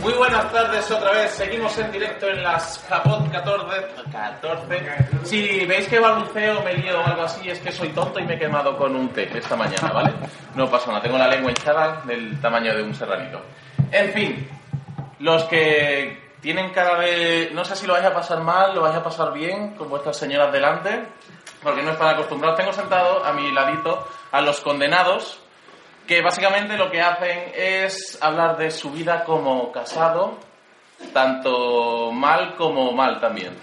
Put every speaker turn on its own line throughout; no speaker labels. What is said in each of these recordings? Muy buenas tardes otra vez, seguimos en directo en las Japón 14. 14. Si veis que balbuceo, me lío o algo así, es que soy tonto y me he quemado con un té esta mañana, ¿vale? No pasa nada, tengo la lengua hinchada del tamaño de un serranito. En fin, los que tienen cada vez... No sé si lo vais a pasar mal, lo vais a pasar bien con vuestras señoras delante, porque no están acostumbrados. Tengo sentado a mi ladito a los condenados, que básicamente lo que hacen es hablar de su vida como casado, tanto mal como mal también,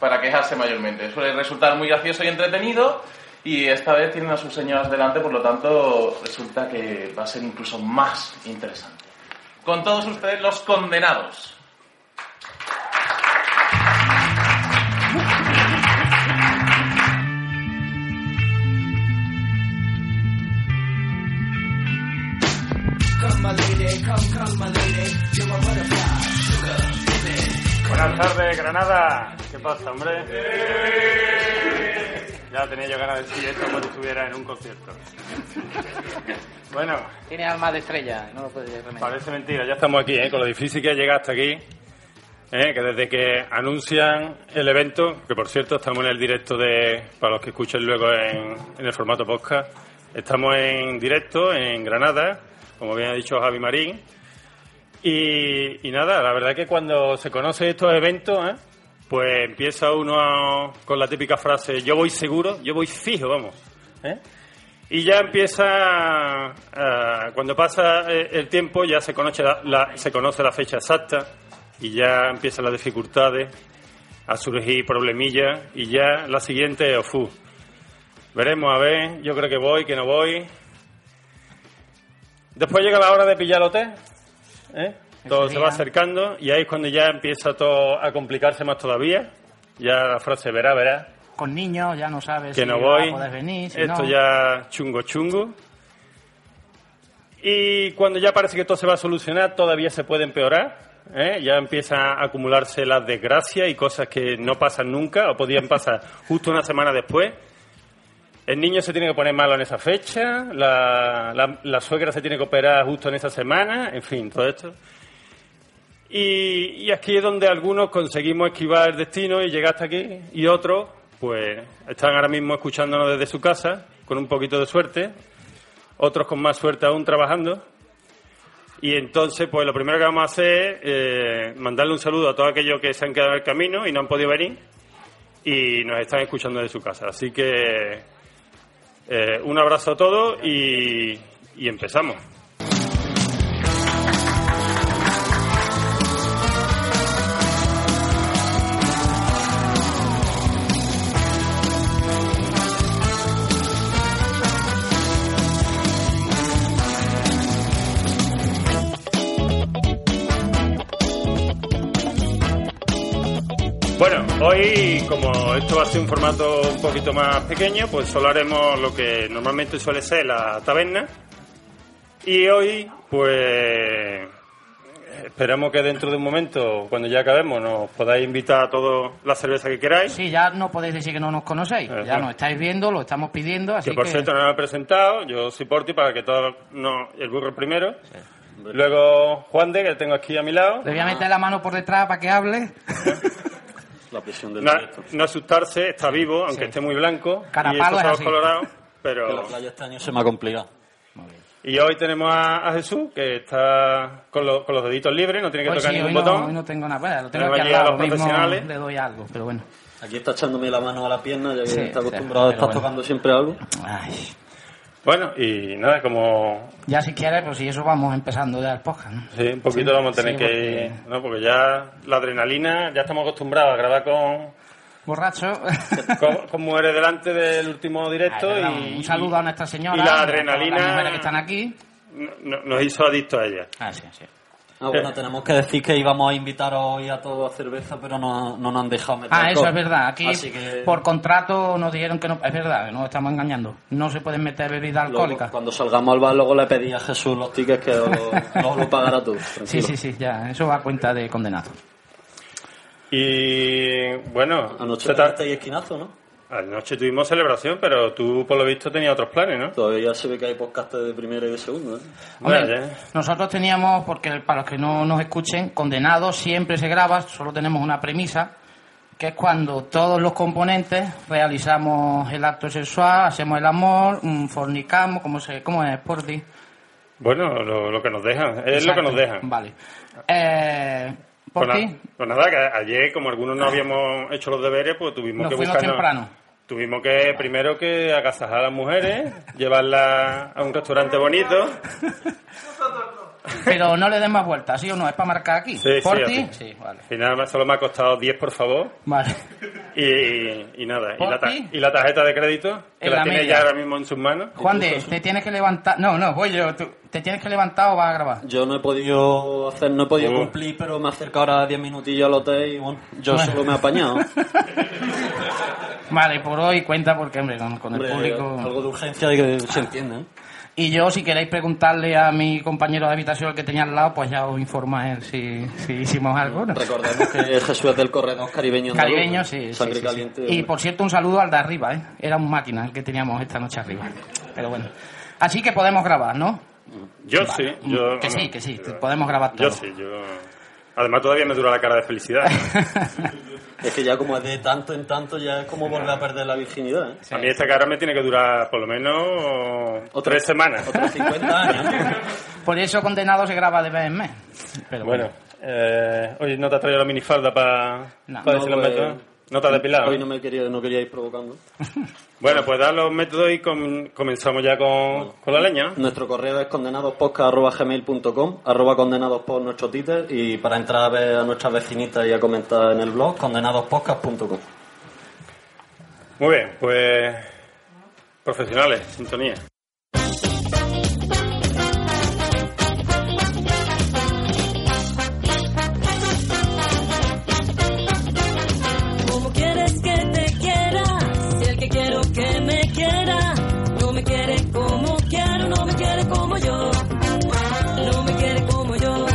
para quejarse mayormente. Suele resultar muy gracioso y entretenido y esta vez tienen a sus señoras delante, por lo tanto resulta que va a ser incluso más interesante. Con todos ustedes los condenados.
Buenas tardes, Granada. ¿Qué pasa, hombre? Ya tenía yo ganas de decir esto como si estuviera en un concierto. Bueno,
Tiene alma de estrella, no lo puede remediar.
parece mentira. Ya estamos aquí, ¿eh? con lo difícil que es llegar hasta aquí. ¿eh? Que desde que anuncian el evento, que por cierto estamos en el directo de, para los que escuchen luego en, en el formato podcast, estamos en directo en Granada, como bien ha dicho Javi Marín. Y, y nada, la verdad que cuando se conoce estos eventos, ¿eh? pues empieza uno a- con la típica frase, yo voy seguro, yo voy fijo, vamos. ¿eh? Y ya empieza, ah, cuando pasa eh, el tiempo, ya se conoce la, la- se conoce la fecha exacta y ya empiezan las dificultades, a surgir problemillas y ya la siguiente es OFU. Veremos, a ver, yo creo que voy, que no voy. Después llega la hora de pillar el hotel, ¿eh? todo se va acercando y ahí es cuando ya empieza todo a complicarse más todavía. Ya la frase verá, verá,
Con niños ya no sabes
que
si
no
va a
voy.
poder venir, si
Esto
no.
ya chungo chungo. Y cuando ya parece que todo se va a solucionar, todavía se puede empeorar. ¿eh? Ya empiezan a acumularse las desgracias y cosas que no pasan nunca o podían pasar justo una semana después. El niño se tiene que poner malo en esa fecha, la, la- la suegra se tiene que operar justo en esa semana, en fin, todo esto. Y, y aquí es donde algunos conseguimos esquivar el destino y llegar hasta aquí, y otros, pues, están ahora mismo escuchándonos desde su casa, con un poquito de suerte, otros con más suerte aún trabajando. Y entonces, pues, lo primero que vamos a hacer es eh, mandarle un saludo a todos aquellos que se han quedado en el camino y no han podido venir, y nos están escuchando desde su casa. Así que, eh, un abrazo a todos y- y empezamos. Bueno, hoy como esto va a ser un formato un poquito más pequeño, pues solo haremos lo que normalmente suele ser la taberna. Y hoy, pues esperamos que dentro de un momento, cuando ya acabemos, nos podáis invitar a todos la cerveza que queráis.
Sí, ya no podéis decir que no nos conocéis. Ya
Ajá.
nos estáis viendo, lo estamos pidiendo, así
que
que...
por cierto no me he presentado, yo soy Porti para que todos no el burro el primero. Luego Juan de, que tengo aquí a mi lado.
Le voy a meter la mano por detrás para que hable.
La presión del
No,
directo.
no asustarse, está vivo, aunque
Sí.
esté muy blanco.
Carapalo
y estos
es
ojos
así.
colorados,
Que
pero
la playa este año se me ha complicado.
Y hoy tenemos a, a Jesús, que está con, lo- con los deditos libres, no tiene que
Hoy
tocar
sí, hoy
ningún
no,
botón.
hoy no tengo nada. Bueno, lo tengo
Tenemos
aquí al
allí a
lado,
los
lo mismo
profesionales.
le doy algo, pero bueno.
Aquí está echándome la mano a la pierna, ya que
Sí,
está
sí,
acostumbrado a
pero
estar
bueno.
tocando siempre algo.
Ay,
Bueno, y nada, como
ya si quieres, pues si eso vamos empezando ya el podcast, ¿no?
sí, un poquito
Sí,
vamos a tener
sí,
que ir, ¿no? porque ya la adrenalina, ya estamos acostumbrados a grabar con,
Borracho.
con, con mujeres delante del último directo.
Ay, Ah, verdad,
y,
un saludo a nuestra señora.
Y la
A todas las mujeres que están
adrenalina
aquí.
no- no- nos hizo adictos a ella.
Ah, sí, sí.
Ah, bueno, tenemos que decir que íbamos a invitar hoy a todos a cerveza, pero no, no nos han dejado meter
Ah, eso
alcohol.
es verdad. Aquí
Así que
por contrato nos dijeron que no. Es verdad, nos estamos engañando. No se pueden meter bebidas
luego,
alcohólicas.
cuando salgamos al bar, luego le pedí a Jesús los tickets que los los lo pagará tú.
Sí,
tranquilo.
sí, sí, ya. Eso va a cuenta de condenado.
Y bueno,
Anoche
se ta-
estáis esquinazo, ¿no?
Anoche tuvimos celebración, pero tú por lo visto tenías otros planes, ¿no?
Todavía se ve que hay podcast de primera y de segunda. ¿eh?
Hombre,
Bueno, ya.
nosotros teníamos, porque para los que no nos escuchen, Condenados siempre se graba, solo tenemos una premisa, que es cuando todos los componentes realizamos el acto sexual, hacemos el amor, mm, fornicamos, como se, ¿cómo es, Sporty?
Bueno, lo, lo que nos dejan, es lo que
Exacto.
nos dejan.
Vale. Eh, ¿Por
pues, na-
qué? Ah.
pues nada, que ayer, como algunos no habíamos hecho los deberes, pues tuvimos
Nos
que
fuimos
buscar.
temprano.
Tuvimos que primero que agasajar a las mujeres, llevarlas a un restaurante bonito.
Pero no le den más vueltas, ¿sí o no? Es para marcar aquí.
Sí, sí,
¿Porti?
así.
Sí, vale.
Al final solo me ha costado 10, por favor.
Vale.
Y, y nada, y la, ta-
¿Porti?
y la tarjeta de crédito, que
En
la,
la
tiene
media.
ya ahora mismo en sus manos.
Juan de, te tienes que levantar. No, no, voy yo. tú. ¿Te tienes que levantar o vas a grabar?
Yo no he podido hacer, no he podido
Uh.
cumplir, pero me acerco ahora 10 minutillos al hotel y bueno, yo
Bueno.
solo me he apañado.
Vale, por hoy cuenta porque, hombre, con, con el
Hombre,
público.
Algo de urgencia que se entiende. ¿eh?
Y yo, si queréis preguntarle a mi compañero de habitación el que tenía al lado, pues ya os informa él si, si hicimos algo. ¿no?
Recordemos que Jesús es del corredor caribeño. andaluz.
Caribeño, sí. sí,
Sangre
sí, sí.
caliente.
Y por cierto, un saludo al de arriba, ¿eh? Era un máquina el que teníamos esta noche arriba. Pero bueno. Así que podemos grabar, ¿no?
Yo sí, yo.
que sí,
bueno,
que sí, te- podemos grabar todo.
Yo sí, yo. Además, todavía me dura la cara de felicidad.
Es que ya como es de tanto en tanto, ya es como volver a perder la virginidad. ¿eh?
A mí esta cara me tiene que durar por lo menos
Otra-
tres semanas.
Otros 50 años.
Por eso Condenado se graba de vez en mes. Pero bueno.
Bueno, eh, hoy no te has traído la minifalda para
No.
para decir
No,
los
pues,
métodos. No te has depilado.
Hoy no me quería, no quería ir provocando.
Bueno, pues da los métodos y com- comenzamos ya con, con la leña.
Nuestro correo es condenadospodcast.gmail.com arroba condenadospod nuestro Twitter y para entrar a ver a nuestras vecinitas y a comentar en el blog, condenadospodcast.com
Muy bien, pues profesionales, sintonía.
¿Cómo quieres que te quiera? Si el que quiero que me quiera no me quiere como quiero, no me quiere como yo, no me quiere como yo.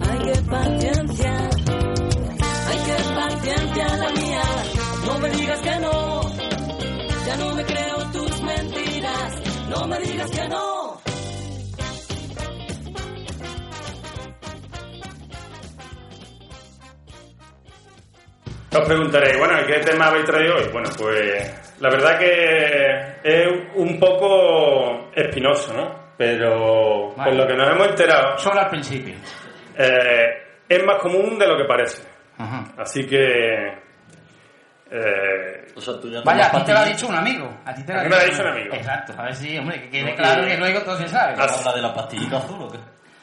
Hay que paciencia, hay que paciencia la mía. No me digas que no, ya no me creo tus mentiras. No me digas que no.
Os preguntaréis, bueno, ¿qué tema habéis traído hoy? Bueno, pues la verdad que es un poco espinoso, ¿no? Pero por
Vale.
lo que nos hemos enterado,
Solo al principio.
eh, es más común de lo que parece.
Ajá.
Así que... eh,
O sea, tú ya
Vaya,
tomas
a ti te lo ha
pastillas.
dicho un amigo. A ti te lo
A
ha
mí me
dicho,
lo ha dicho un amigo.
Exacto, a ver si, hombre, que quede
No,
claro
y-
que luego todo se sabe.
Ah,
¿Habla de la pastillita azul o qué?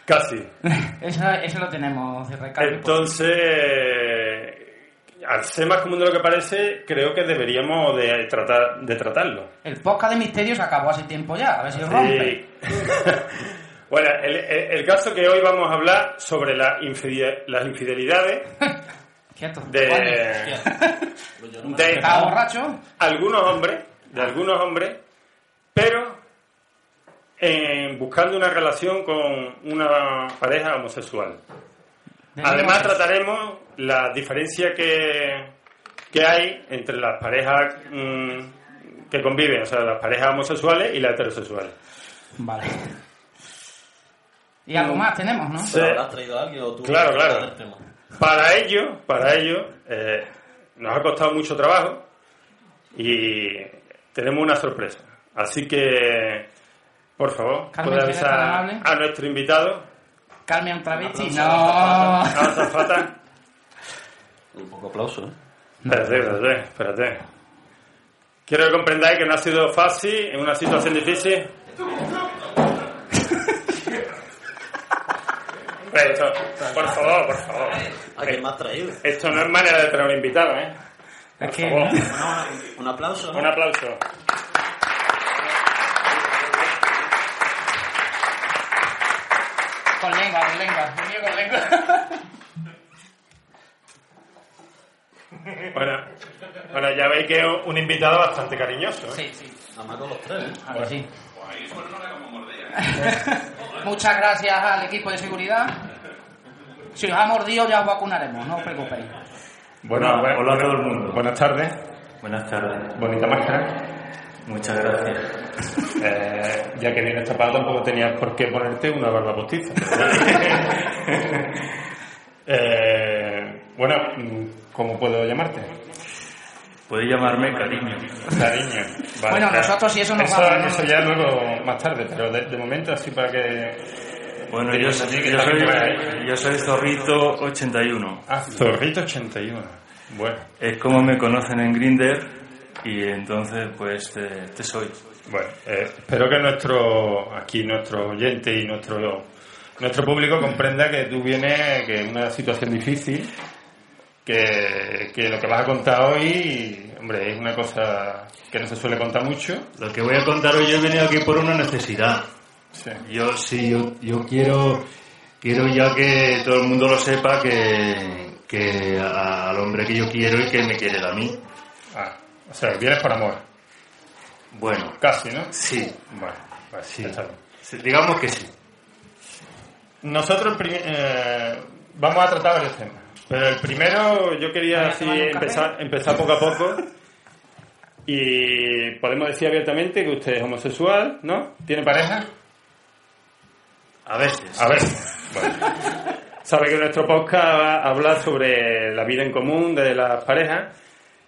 casi.
Eso, eso lo tenemos de recambio.
Entonces, al ser más común de lo que parece, creo que deberíamos de, tratar, de tratarlo.
El podcast de misterios acabó hace tiempo ya, a ver si rompe.
Sí. bueno, el, el- el caso que hoy vamos a hablar sobre la infide- las infidelidades
Cierto.
de, de
¿Estaba borracho?
algunos hombres, de algunos hombres, pero eh, buscando una relación con una pareja homosexual.
De
Además
nuevo.
trataremos la diferencia que, que hay entre las parejas mm, que conviven, o sea, las parejas homosexuales y las heterosexuales.
Vale. Y algo más tenemos, ¿no?
Sí.
¿Pero habrás traído a alguien o tú?
Claro, claro.
Del tema?
Para ello, para ello, eh, nos ha costado mucho trabajo y tenemos una sorpresa. Así que, por favor,
Carmen,
puede
si eres tan
avisar
amable.
a nuestro invitado,
Carmen, un travesti.
Un
No.
a la azafata.
Un poco aplauso, ¿eh?
Espérate, espérate, espérate. Quiero que comprendáis que no ha sido fácil, en una situación difícil. Hombre, esto- por favor, por favor.
¿A quién me has traído?
Esto no es manera de traer un invitado, ¿eh? Por
Es que-
favor.
Un aplauso, ¿no?
Un aplauso.
Con lengua, con lengua. Lo mío con lengua.
Bueno, bueno, ya veis que es un invitado bastante cariñoso. ¿eh?
Sí, sí.
Además con los tres, ¿eh?
A ver, sí. Muchas gracias al equipo de seguridad. Si os ha mordido ya os vacunaremos, no os preocupéis.
Bueno, hola a todo el mundo. Buenas tardes. Buenas tardes.
Bonita máscara.
Muchas gracias.
Eh, ya que vienes tapado tampoco tenías por qué ponerte una barba postiza. pero bueno. Eh, bueno, mm, ¿cómo puedo llamarte?
Puedes llamarme cariño.
Cariño. Vale,
Bueno,
claro.
nosotros sí, eso nos
eso,
vamos, ¿no?
eso ya luego, más tarde, pero de, de momento así para que...
Bueno,
Que
yo,
yo soy-
yo
que
soy,
también-
yo soy Zorrito 81.
Ah, Zorrito 81. Bueno,
Es como me conocen en Grinder y entonces pues te, te soy.
bueno. eh, espero que nuestro aquí nuestro oyente y nuestro nuestro público comprenda que tú vienes que es una situación difícil, que, que lo que vas a contar hoy, hombre, es una cosa que no se suele contar mucho.
Lo que voy a contar hoy, yo he venido aquí por una necesidad.
Sí.
Yo sí, yo, yo quiero, quiero ya que todo el mundo lo sepa que, que a- al hombre que yo quiero y que me quiere a mí.
Ah, o sea, vienes por amor,
Bueno,
casi, ¿no?
sí,
Bueno, pues sí. está bien.
sí, digamos que sí.
Nosotros prim- eh, vamos a tratar varios temas. Pero el primero yo quería así empezar, empezar poco a poco. Y podemos decir abiertamente que usted es homosexual, ¿no? ¿Tiene pareja?
A veces.
A ver. Bueno. Sabe que nuestro podcast va- habla sobre la vida en común de las parejas.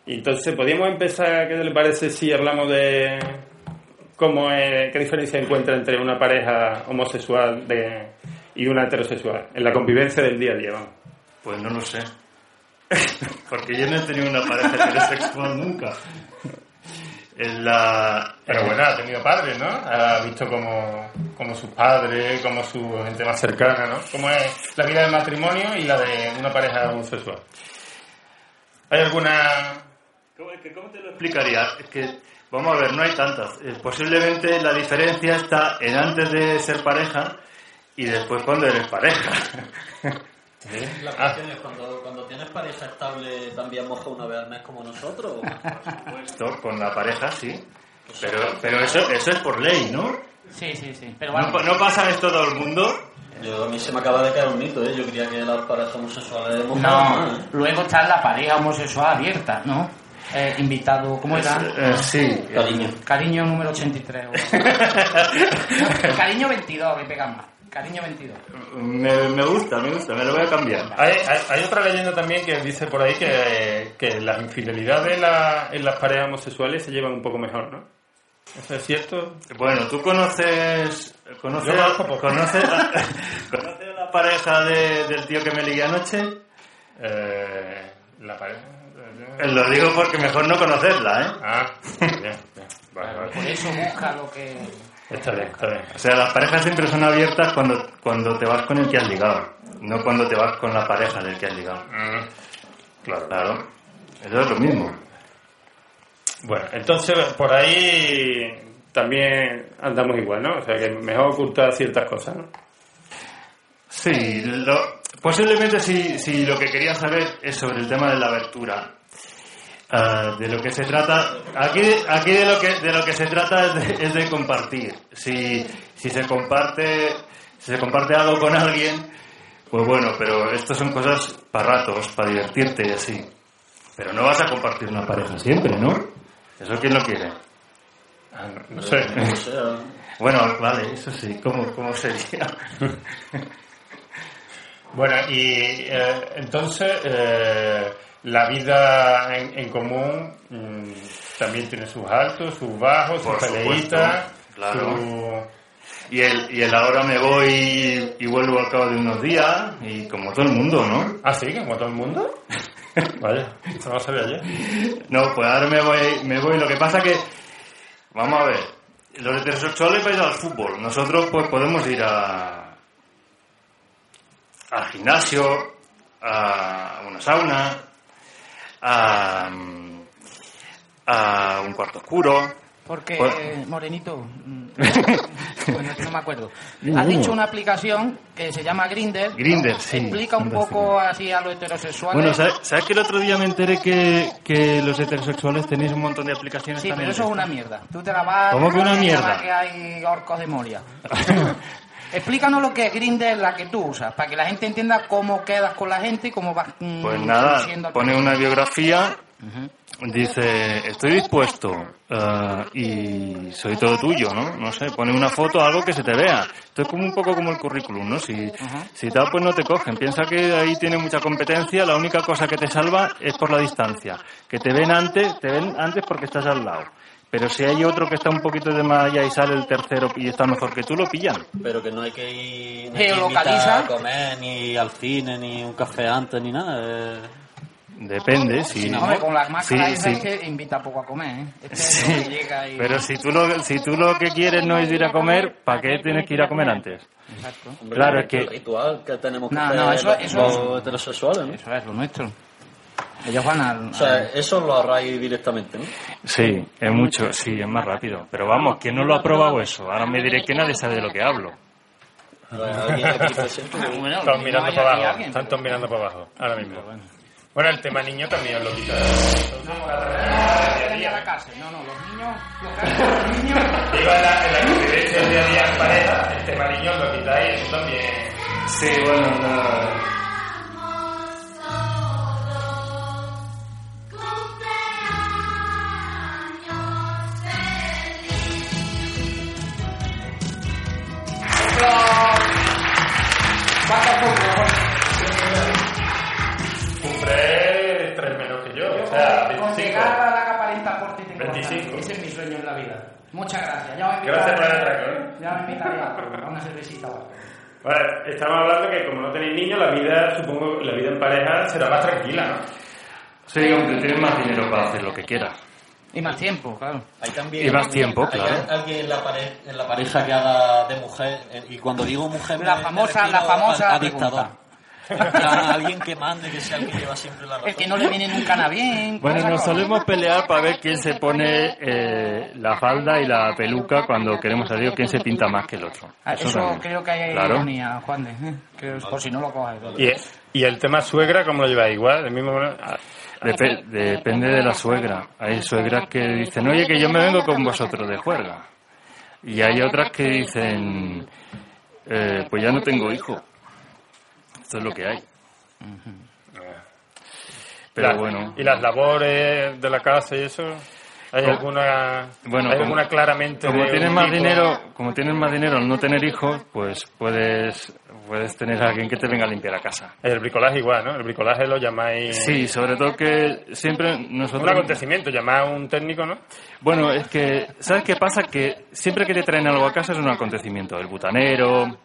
Y entonces, ¿podríamos empezar? ¿Qué le parece si hablamos de cómo es- qué diferencia encuentra entre una pareja homosexual de- y una heterosexual en la convivencia del día a día? Vamos.
Pues no lo sé. Porque yo no he tenido una pareja heterosexual nunca. En la...
Pero bueno, ha tenido padres, ¿no? Ha visto como, como sus padres, como su gente más cercana, ¿no? Cómo es la vida del matrimonio y la de una pareja homosexual. ¿Hay alguna...?
¿Cómo, que cómo te lo explicaría? Es que, vamos a ver, no hay tantas. Eh, Posiblemente la diferencia está en antes de ser pareja y después cuando eres pareja.
La cuestión es cuando, cuando tienes pareja estable también moja una vez al mes como nosotros.
Esto con la pareja, sí. Pero, pero eso, eso es por ley, ¿no?
Sí, sí, sí. Pero bueno,
¿No, pa- no pasa esto todo el mundo?
Yo, a mí se me acaba de caer un mito, ¿eh? Yo creía que las parejas homosexuales mojaban
no.
más, ¿eh?
Luego está la pareja homosexual abierta, ¿no? Eh, invitado, ¿cómo era?
Eh, sí.
Cariño.
Cariño número 83. o- Cariño 22, que pegan más. Cariño 22.
Me, Eh, me gusta, me gusta, me lo voy a cambiar.
Hay, hay, hay otra leyenda también que dice por ahí que, que las infidelidades en la- en las parejas homosexuales se llevan un poco mejor, ¿no? ¿Eso es cierto?
Bueno, tú conoces. ¿Conoces,
Yo conozco poco.
conoces, a, conoces a la pareja de- del tío que me ligué anoche?
Eh, la pareja...
Eh, Lo digo porque mejor no conocerla, ¿eh?
Ah, bien, bien. Vale, vale.
Por eso busca lo que.
Está bien, está bien.
O sea, las parejas siempre son abiertas cuando, cuando te vas con el que has ligado, no cuando te vas con la pareja del que has ligado.
Mm, Claro.
Claro, eso es lo mismo.
Bueno, entonces por ahí también andamos igual, ¿no? O sea que mejor ocultar ciertas cosas, ¿no?
Sí, lo- posiblemente si, si lo que quería saber es sobre el tema de la abertura. Ah, de lo que se trata aquí aquí de lo que de lo que se trata es de, es de compartir si, si se comparte si se comparte algo con alguien pues bueno pero esto son cosas para ratos para divertirte y así pero no vas a compartir una pareja siempre no eso quién lo quiere
Ah, no, no sé.
O sea,
bueno vale eso sí cómo cómo sería
Bueno, y eh, entonces eh, la vida en, en común mm, también tiene sus altos, sus bajos, sus
Por supuesto,
peleitas,
claro.
su-
Y el, y el ahora me voy y, y vuelvo al cabo de unos días, y como todo el mundo, ¿no?
Ah, sí, como todo el mundo. Vaya, eso no lo sabía yo.
No, pues ahora me voy, me voy. Lo que pasa que, vamos a ver, los heterosexuales vais al fútbol. Nosotros pues podemos ir a al gimnasio, a una sauna, a, a un cuarto oscuro.
Porque,
Pues-
eh, Morenito, mm, bueno, es que no me acuerdo. Has dicho una aplicación que se llama Grinder.
Grindr, sí,
Explica un
Grindr,
poco así a eh, los heterosexuales.
Bueno, ¿sabes, sabes que el otro día me enteré que, que los heterosexuales tenéis un montón de aplicaciones
Sí,
también?
pero eso es una mierda. Tú te la vas.
¿Cómo que una
te la
mierda?
vas Que hay orcos de Moria. Explícanos lo que es Grindr, la que tú usas, para que la gente entienda cómo quedas con la gente y cómo vas. mm,
Pues nada,
siendo-
pone una biografía dice, estoy dispuesto eh, y soy todo tuyo, ¿no? No sé, pone una foto, algo que se te vea. Esto es como un poco como el currículum, ¿no? Si, si tal, pues no te cogen. Piensa que ahí tiene mucha competencia, la única cosa que te salva es por la distancia. Que te ven antes, te ven antes porque estás al lado. Pero si hay otro que está un poquito de más allá y sale el tercero y está mejor que tú, lo pillan.
Pero que no hay que ir no hay que
Geolocaliza.
invitar a comer, ni al cine, ni un café antes, ni nada. eh.
Depende, si...
No, hombre, con la máscara
sí,
esa
sí.
es que invita poco a comer, ¿eh? Este es
Sí,
el que llega y...
Pero si tú, lo, si tú lo que quieres no es ir a comer, ¿para qué tienes que ir a comer antes?
Exacto.
Hombre,
Claro, es
El
que-
ritual que tenemos que
No,
hacer
no, eso-
los-
eso
los
es-
heterosexuales, ¿no?
Eso es lo nuestro. Ellos van al...
O sea, eso lo ahorráis directamente, ¿no?
Sí, es mucho, sí, es más rápido. Pero vamos, ¿quién no lo ha probado eso? Ahora me diré que nadie sabe de lo que hablo.
Pero alguien aquí presente,
al- Bueno,
Están
no
mirando
hay
para
aquí
abajo,
alguien,
están todos mirando para abajo, ahora mismo. Bueno, el tema niño también os lo quita.
pero ya la casa. No, no, los niños... Los niños...
Digo, en la, en la convivencia del día a día en pareja, el tema niño lo quitáis, eso también.
Sí, bueno,
Cumple tres menos que yo, o sea, 25.
Con llegar a la que aparenta porte tengo
25.
bastante. Ese es mi sueño en la vida. Muchas gracias. Ya os
Gracias por el
invitaré-
atracón.
Ya me invitaré a a una cervecita o algo.
Vale, estamos hablando que como no tenéis niños, la vida, supongo, la vida en pareja será más tranquila, ¿no?
Sí, hombre, tienes más dinero para hacer lo que quieras.
Y más tiempo, claro.
Hay también
Y más tiempo,
hay
claro.
alguien en la, pare- en la pareja que haga de mujer, eh, y cuando digo mujer,
La
me- me
famosa-
refiero
la famosa
a, a
pregunta.
dictador. En plan, alguien que mande, que sea el que lleva siempre la razón.
El que no le viene nunca nada bien.
Bueno,
cosas
nos
como-
solemos pelear para ver quién se pone eh, la falda y la peluca cuando queremos salir o quién se pinta más que el otro.
Ah, Eso,
también.
creo que hay
Claro.
ironía, Juan de. ¿eh? Creo- por si no lo coges.
Y, y el tema suegra, ¿cómo lo lleváis? Igual, el mismo. ah,
Depe- depende de la suegra. Hay suegras que dicen, oye, que yo me vengo con vosotros de juerga. Y hay otras que dicen, "Eh, pues ya no tengo hijo. Esto es lo que hay. Pero
La-
bueno,
¿Y las labores de la casa y eso? ¿Hay
Como-
alguna,
bueno,
¿hay
como-
alguna claramente?
como
de
tienes
un
más
tipo?
dinero, como tienes más dinero al no tener hijos, pues puedes puedes tener a alguien que te venga a limpiar la casa.
El bricolaje igual, ¿no? El bricolaje lo llamáis.
Sí, sobre todo que siempre nosotros
Eh, Un acontecimiento, llamáis a un técnico, ¿no?
Bueno, es que, ¿sabes qué pasa? Que siempre que te traen algo a casa es un acontecimiento. El butanero,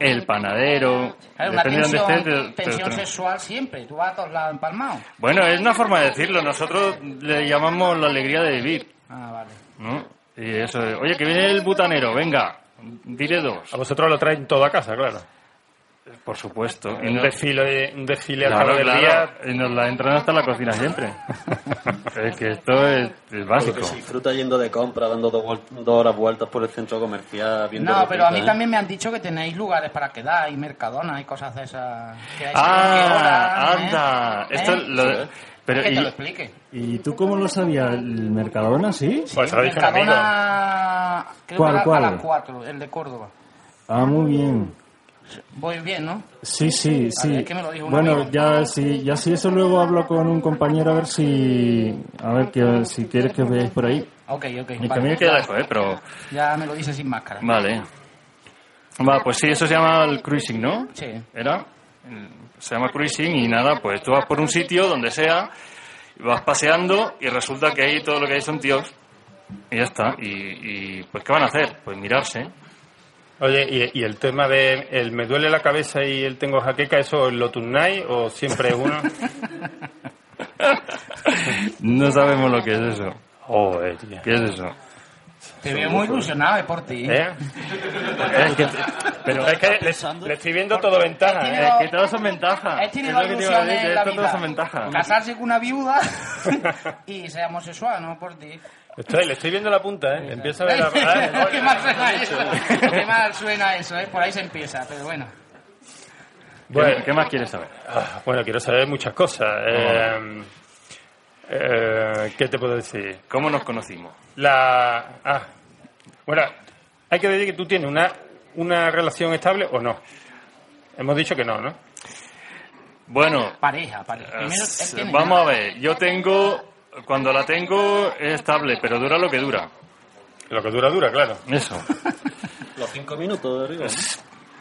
el panadero,
Claro, una
depende de dónde
tensión,
estés. te- te-
tensión
te-
sexual siempre. Tú vas a todos lados empalmados.
Bueno, es una forma de decirlo. Nosotros le llamamos la alegría de vivir,
Ah, vale.
¿no? Y eso es, oye, que viene el butanero, venga, dile dos.
A vosotros lo traen todo a casa, claro.
Por supuesto. Y
Un
no-
desfile, un desfile al
Claro,
cabo del
claro,
día.
y nos la entran hasta la cocina siempre. es que esto es, es
Porque
básico.
se disfruta yendo de compra, dando dos, vuel- dos horas vueltas por el centro comercial. Viendo
No, pero a mí
recetas, ¿eh?
también me han dicho que tenéis lugares para quedar y mercadonas y cosas de esas. que hay según qué
Ah,
hora, ¿eh?
anda.
¿Eh?
Esto lo- pero
que te
y-
lo explique.
¿Y tú cómo lo sabías? ¿El Mercadona, sí?
Pues se lo dije a un amigo.
Mercadona, creo
¿Cuál,
que era
cuál?
a las 4, el de Córdoba.
Ah, muy bien.
Voy bien, ¿no?
Sí, sí, sí.
es que me lo dijo un
bueno,
amigo.
ya si, ya si eso luego hablo con un compañero a ver si a ver que, si quieres que os veáis por ahí.
Ok, ok.
El
vale.
camino
Queda lejos, ¿eh? Pero...
Ya me lo dice sin máscara.
Vale. Va, pues sí, eso se llama el cruising, ¿no?
Sí.
¿Era? Se llama cruising y nada, pues tú vas por un sitio donde sea, vas paseando y resulta que ahí todo lo que hay son tíos. Y ya está. Y, y, pues ¿qué van a hacer? Pues mirarse.
Oye, y, y el tema de el me duele la cabeza y el tengo jaqueca, ¿eso lo turnáis o siempre es uno?
No sabemos lo que es eso.
Joder, tío.
¿Qué es eso?
Te veo muy ilusionado, es por ti.
¿Eh?
Es que,
Pero es que le, le estoy viendo todo ventaja, ¿eh?
es que todas son ventajas.
Él tiene
Es
dos
lo que te iba a
ilusiones
decir,
en
que
la
esto todas son
vida.
ventajas.
Casarse con una viuda y ser homosexual, no por ti.
Estoy- le estoy viendo la punta, ¿eh? Empieza a ver la... ah,
Qué mal suena eso. Qué mal suena eso, ¿eh? Por ahí se empieza, pero bueno.
Bueno, ¿qué más quieres saber?
ah, Bueno, quiero saber muchas cosas. Eh, eh, ¿Qué te puedo decir?
¿Cómo nos conocimos?
La... Ah. Bueno, hay que decir que tú tienes una, una relación estable o no. Hemos dicho que no, ¿no?
Bueno,
Pareja, pareja. Primero, él
eh,
tiene
vamos a ver. Yo tengo, cuando la tengo es estable, pero dura lo que dura.
Lo que dura, dura, claro.
Eso.
Los cinco minutos de arriba.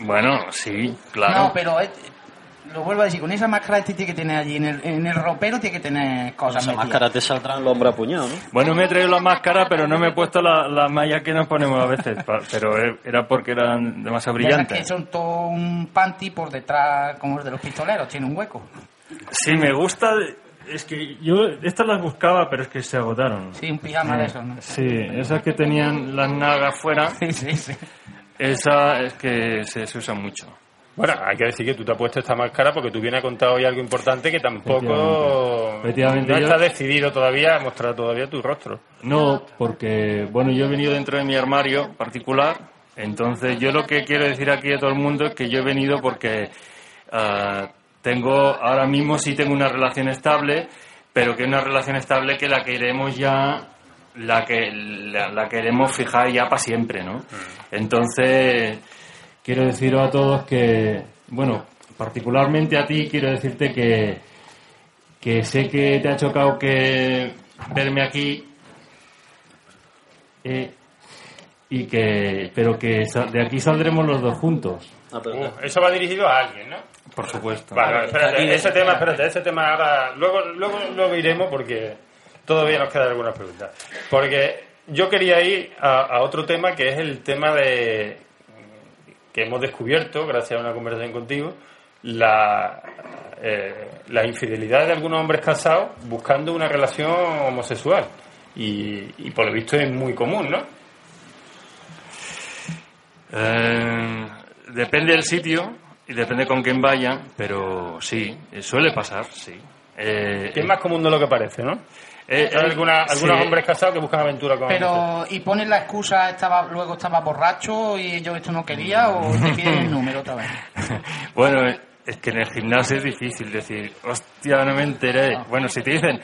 Bueno, sí, claro.
No, pero eh, lo vuelvo a decir, con esa máscara este tiene que tener allí en el, en el ropero, tiene que tener cosas
Esa
metidas.
máscara te saldrán los hombres apuñados, ¿no?
Bueno, me he traído la máscara, pero no me he puesto la- las mallas que nos ponemos a veces. pa- Pero eh, era porque eran demasiado
De esas que
brillantes.
son todo un panty por detrás, como el de los pistoleros, tiene un hueco.
Sí, me gusta. de- Es que yo estas las buscaba, pero es que se agotaron.
Sí, un pijama de esos, ¿no?
Sí, esas que tenían las nagas fuera,
Sí, sí, sí.
esa es que se, se usa mucho.
Bueno, hay que decir que tú te has puesto esta máscara porque tú vienes a contar hoy algo importante que tampoco
Efectivamente. Efectivamente,
no
yo-
está decidido todavía a mostrar todavía tu rostro.
No, porque, bueno, yo he venido dentro de mi armario particular, entonces yo lo que quiero decir aquí a todo el mundo es que yo he venido porque ah, tengo, ahora mismo sí tengo una relación estable, pero que es una relación estable que la queremos ya, la que la, la queremos fijar ya para siempre, ¿no? Entonces,
Quiero deciros a todos que, bueno, particularmente a ti quiero decirte que,
que sé que te ha chocado que verme aquí eh, y que pero que sa- de aquí saldremos los dos juntos
Ah, pero-
Uh, eso va dirigido a alguien, ¿no?
por supuesto
Vale, vale, espérate, ese tema, espérate, ese tema ahora, luego, luego lo iremos porque todavía nos quedan algunas preguntas. Porque yo quería ir a, a otro tema que es el tema de que hemos descubierto, gracias a una conversación contigo, la, eh, la infidelidad de algunos hombres casados buscando una relación homosexual. Y, y por lo visto es muy común, ¿no?
Eh, depende del sitio y depende con quién vaya pero sí eh, suele pasar sí Eh,
Que es más común de lo que parece, ¿no? Eh,
eh,
Hay alguna-
sí.
algunos hombres casados que buscan aventura con
Pero, ¿y pones la excusa, estaba luego estaba borracho y yo esto no quería, o te piden el número otra vez?
bueno, eh, es que en el gimnasio es difícil decir, hostia, no me enteré.
Ah.
Bueno, si te dicen,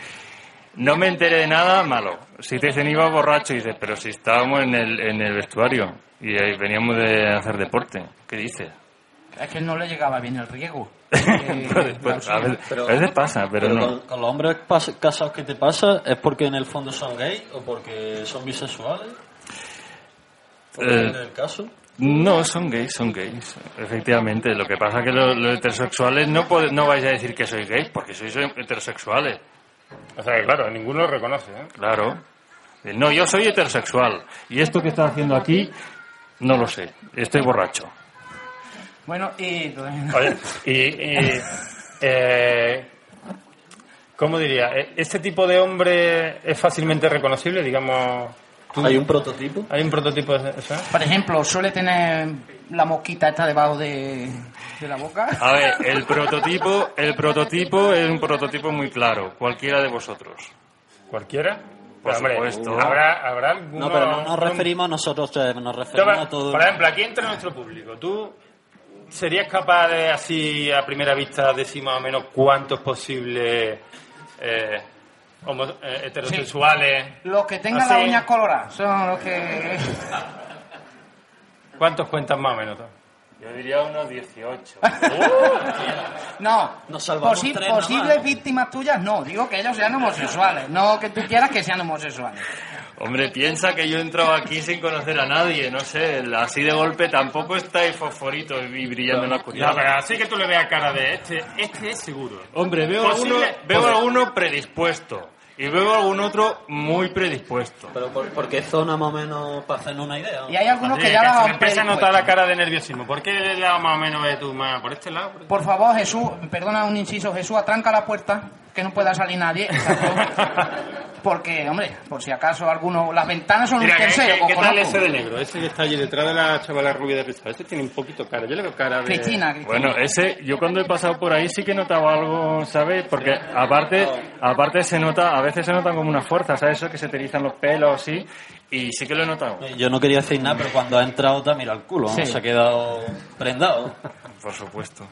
no me enteré de nada, malo. Si te dicen, iba borracho, y dices, pero si estábamos en el, en el vestuario y ahí veníamos de hacer deporte, ¿qué dices?
Es que no le llegaba bien el riego.
Pues, pues, a, veces, a veces pasa, pero
Pero
no.
con, con los hombres pas- casados que te pasa, ¿es porque en el fondo son gay o porque son bisexuales? Porque
Eh.
en el caso.
No, son gays, son gays, efectivamente. Lo que pasa es que los, los heterosexuales no, pode- no vais a decir que sois gays porque sois heterosexuales.
O sea, que claro, ninguno lo reconoce, ¿eh?
Claro. No, yo soy heterosexual. Y esto que estás haciendo aquí, no lo sé. Estoy borracho.
Bueno, y...
Oye, y, y, eh, ¿cómo diría? ¿E- ¿Este tipo de hombre es fácilmente reconocible? Digamos,
Hay un prototipo.
¿hay un prototipo de eso?
Por ejemplo, suele tener la mosquita esta debajo de, de la boca.
A ver, el prototipo, el prototipo es un prototipo muy claro. Cualquiera de vosotros.
¿Cualquiera?
Por
Pero,
supuesto.
¿Habrá, habrá alguno,
No, pero no nos referimos a nosotros tres, nos referimos
Toma,
a todo.
por ejemplo, aquí entra nuestro público. ¿Tú serías capaz de, así, a primera vista, decir más o menos cuántos posibles eh, homo- eh, heterosexuales?
Los que tengan
Así.
las uñas coloradas son los que...
¿Cuántos cuentas más o menos?
Yo diría unos 18.
No,
Nos salvamos
posi-
tres
posibles
nomás.
víctimas tuyas no. Digo que ellos sean homosexuales, no que tú quieras que sean homosexuales.
Hombre, piensa que yo he entrado aquí sin conocer a nadie. No sé, así de golpe tampoco estáis fosforitos y brillando en la
Ya,
oscuridad.
pero así que tú le veas cara de este, este es seguro.
Hombre, veo
Posible-
alguno, veo alguno predispuesto. Y veo algún otro muy predispuesto.
Pero por, por qué zona más o menos para hacernos una idea. ¿no?
Y hay algunos
Oye,
que ya
se
la
me
van
empieza a notar
predispuesta.
la cara de nerviosismo. ¿Por qué le da más o menos de tu mano? ¿Por este lado? ¿Por este?
Por favor, Jesús, perdona un inciso, Jesús, atranca la puerta, que no pueda salir nadie. exacto. Porque, hombre, por si acaso alguno... Las ventanas son
Mira,
un
¿qué,
tercero,
qué- qué tal
cojonazo.
ese de negro? Ese que está allí detrás de la chavala rubia de rizado. Ese tiene un poquito cara. Yo le veo cara de...
Cristina, Cristina.
Bueno, ese, yo cuando he pasado por ahí sí que he notado algo, ¿sabes? Porque aparte, aparte se nota, a veces se notan como unas fuerzas, ¿sabes? Eso que se te erizan los pelos, sí, y sí que lo he notado.
Yo no quería decir nada, pero cuando ha entrado te ha mirado el culo, ¿no?
Sí.
se ha quedado prendado.
Por supuesto.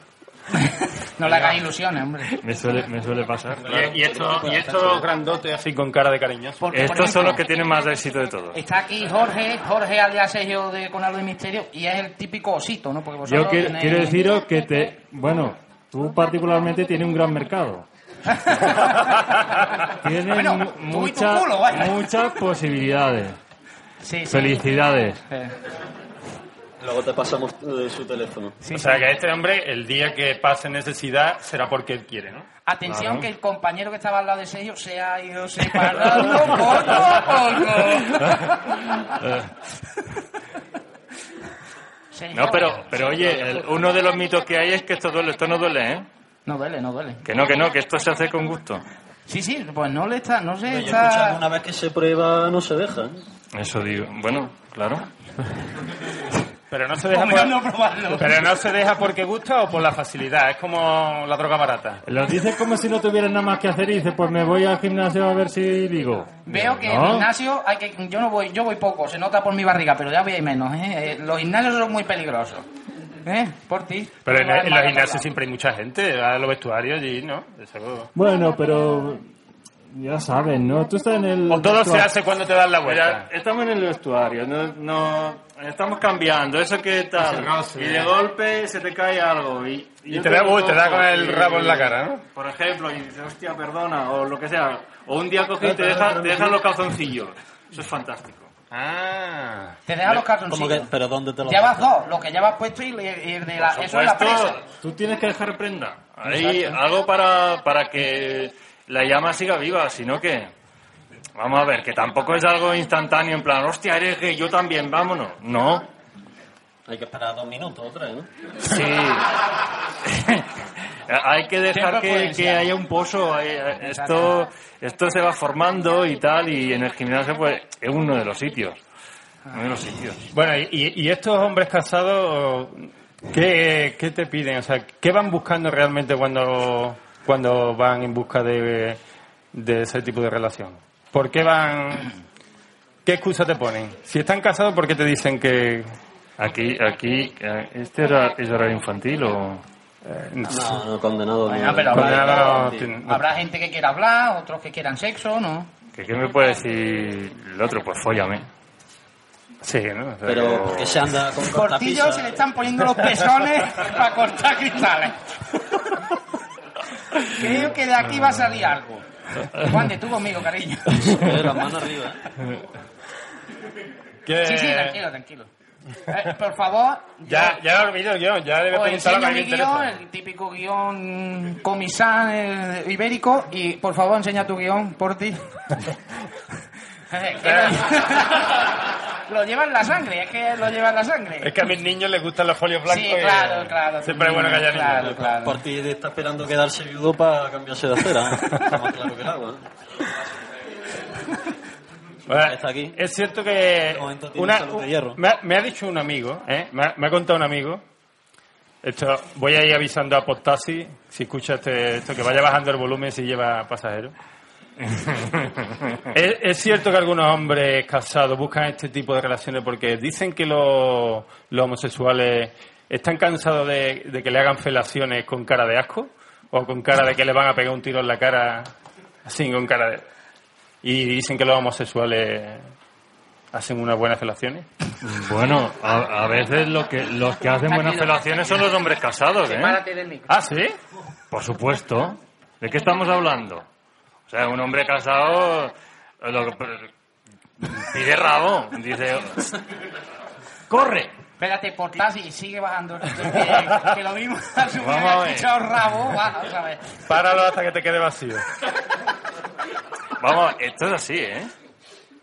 No le hagas ilusiones, hombre.
Me suele, me suele pasar.
Y, y estos y estos grandotes así con cara de cariñoso.
Porque, por
Estos son
ejemplo,
los que tienen más éxito de todos.
Está aquí Jorge, Jorge alias Sergio de Con algo de Misterio, y es el típico osito, ¿no? Porque vosotros
yo quiero,
tenéis-
quiero deciros que te, bueno, Tú particularmente tienes un gran mercado. Tienes
Bueno,
mu-
tú y tu
muchas,
culo, vaya.
muchas posibilidades.
Sí, sí.
Felicidades.
Eh,
Luego te pasamos eh, su teléfono.
sí,
O
sí.
sea que este hombre, el día que pase necesidad, será porque él quiere, ¿no?
Atención que el compañero que estaba al lado de Sergio se ha ido separando poco a poco. Sergio,
No, pero,
vaya.
pero oye, el- uno de los mitos que hay es que esto duele, esto no duele, ¿eh?
No duele, no duele.
Que no, que no, que esto se hace con gusto.
Sí, sí, pues no le está, no
Yo
se
he escuchado que
está...
una vez que se prueba no se deja. ¿eh?
Eso digo, bueno, claro.
Pero no se
Por
deja
lo menos
por,
no probarlo.
pero no se deja porque gusta o por la facilidad. Es como la droga barata.
Lo dices como si no tuvieras nada más que hacer y dices, pues me voy al gimnasio a ver si digo.
Veo que
No.
el gimnasio hay que yo no voy, yo voy poco, se nota por mi barriga, pero ya voy a ir menos, ¿eh? Eh, Los gimnasios son muy peligrosos. ¿Eh? Por ti.
Pero en,
Tú vas
en
mal
los
a
gimnasios
hablar.
siempre hay mucha gente, a los vestuarios y ¿no? Eso-
Bueno, pero ya sabes, ¿no? Tú estás en el...
O todo se
vestuario.
hace cuando te dan la
Mira,
vuelta.
pues estamos en el vestuario, no, no- estamos cambiando, eso que tal. Y
¿eh?
de golpe se te cae algo. Y,
Y
yo
te da-
tengo
uy, te da
ojos,
con el
y-
rabo en la cara, ¿no?
Por ejemplo, y dices, hostia, perdona, o lo que sea. O un día coges y te, deja- te dejan los calzoncillos. Eso es fantástico.
Ah.
Te dejan los
Como
cartoncillos.
que, pero ¿dónde te lo
Llevas
deja?
dos, lo que llevas puesto y, le- y el de la, eso es la presa.
Pues tú tienes que dejar prenda. Ahí, algo para, para que la llama siga viva, sino que... Vamos a ver, que tampoco es algo instantáneo en plan, hostia, eres gay, yo también, vámonos. No,
Hay que esperar dos minutos o tres, ¿no?
Sí. Hay que dejar
Siempre
que,
pueden
que
ser.
haya un pozo. hay- eh, Esto, esto se va formando y tal, y en el gimnasio pues es uno de los sitios. Uno de los sitios.
Bueno, y- y, y estos hombres casados, ¿qué, qué te piden? O sea, ¿qué van buscando realmente cuando, cuando van en busca de, de ese tipo de relación? ¿Por qué van...? ¿Qué excusa te ponen? Si están casados, ¿por qué te dicen que...?
Aquí, aquí, eh, ¿este era, es horario infantil o...?
eh, no,
No, no, condenado.
Bueno,
no.
pero
Porque
habrá,
ahora
sí.
tienen- no.
habrá gente que quiera hablar, otros que quieran sexo, ¿no?
¿Que ¿Qué me puede decir el otro? Pues fóllame.
Sí, ¿no? O sea,
Pero
que-
¿por qué se anda con
Cortillo
cortapisas?
eh, se le están poniendo los pezones para cortar cristales. Creo que de aquí va a salir algo. Juan, de tú conmigo, cariño.
Eh, Las manos arriba. ¿eh?
que-
Sí, sí, tranquilo, tranquilo. Eh, por favor,
Ya, ya he olvidado el guión, ya debe
os
preguntar a
enseño
que me
mi guión,
interesa.
el típico guión comisán eh, ibérico, y por favor enseña tu guión, por ti. Eh, que lo- lo lleva en la sangre, es que lo lleva en la sangre.
Es que a mis niños les gustan los folios blancos.
Sí,
y-
claro, claro.
Siempre es bueno que haya niños.
Claro, claro.
Por ti está esperando quedarse viudo para cambiarse de acera. ¿eh? Está más claro que el agua. ¿eh?
Bueno,
Está aquí.
Es cierto que
De momento tiene
Eh, una,
salud de hierro.
me, ha, me ha dicho un amigo, ¿eh? me, ha, me ha contado un amigo. Esto, voy a ir avisando a Postasi si escucha este- esto que vaya bajando el volumen si lleva pasajeros. ¿Es, es cierto que algunos hombres casados buscan este tipo de relaciones porque dicen que los, los homosexuales están cansados de, de que le hagan felaciones con cara de asco o con cara de que le van a pegar un tiro en la cara, así con cara de. Y dicen que los homosexuales hacen unas buenas relaciones.
Bueno, a, a veces lo que, los que hacen buenas relaciones son los hombres casados, ¿eh?
Párate del micro.
Ah, sí.
Por supuesto. ¿De qué estamos hablando? O sea, un hombre casado eh, lo que- pide rabo. Dice, ¡corre!
Espérate, portás y sigue bajando. Que, que lo mismo al subir
Vamos a
ha
ver.
escuchado rabo, baja, ¿sabes?
Páralo hasta que te quede vacío.
Vamos, esto es así, ¿eh?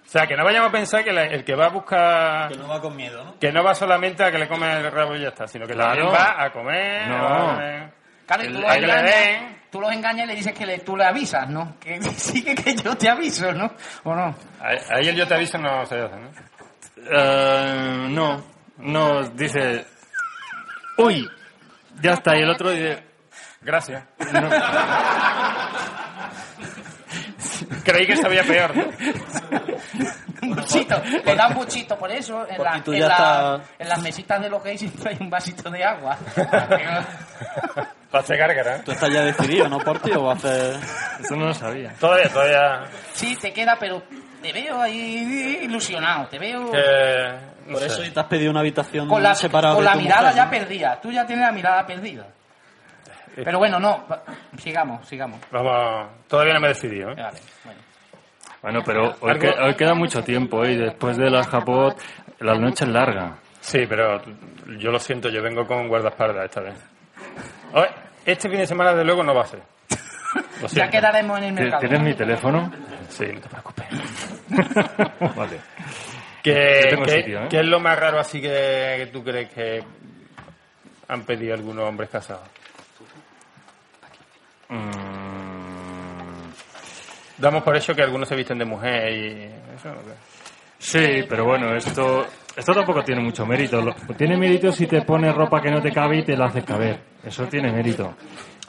O sea, que no vayamos a pensar que la- el que va a buscar...
Que no va con miedo, ¿no?
Que no va solamente a que le comen el rabo y ya está, sino que
Claro.
también va a comer...
No.
va a comer.
Claro, y tú
El-
los,
el
engañas,
bebé.
tú los engañas y le dices que le- tú le avisas, ¿no? Que sigue que yo te aviso, ¿no? ¿O no?
Ahí ahí el yo te aviso no se hace, ¿no?
Eh, no, no, dice, uy, ya está. Y el otro dice,
Gracias. Creí que sabía peor.
Un buchito. Le da un buchito por eso. En,
Porque
la-
tú
en
ya
la-
estás-
en las mesitas de los gays siempre hay un vasito de agua.
Para secar, ¿verdad?
Tú estás ya decidido, ¿no? Por ti o va a hacer...
eso no lo sabía.
Todavía, todavía...
sí, te queda, pero te veo ahí ilusionado, te veo...
eh, no
Por
sé.
eso te has pedido una habitación
Con la,
separada
con
de
la
tu
mirada
mujer,
ya
¿no?
perdida. Tú ya tienes la mirada perdida.
Eh,
Pero bueno, no, va- sigamos, sigamos.
Vamos, todavía no me he decidido. ¿eh?
Vale, bueno.
Bueno, pero hoy, que- hoy queda mucho tiempo ¿eh? y después de la Japot, la noche es larga.
Sí, pero tú- yo lo siento, yo vengo con guardaespaldas esta vez. Oye, Este fin de semana, de luego, no va a ser. Lo
Ya
siento.
quedaremos en el
¿Ti-
mercado.
¿Tienes mi teléfono?
Sí, no te preocupes.
Vale. Yo
¿Qué,
tengo
qué-
sitio, ¿eh?
qué es lo más raro así que, que tú crees que han pedido algunos hombres casados?
Mm.
Damos por hecho que algunos se visten de mujer y eso. ¿no?
Sí, pero bueno, esto, esto tampoco tiene mucho mérito. Lo-
Tiene mérito si te pones ropa que no te cabe y te la haces caber.
Eso tiene mérito.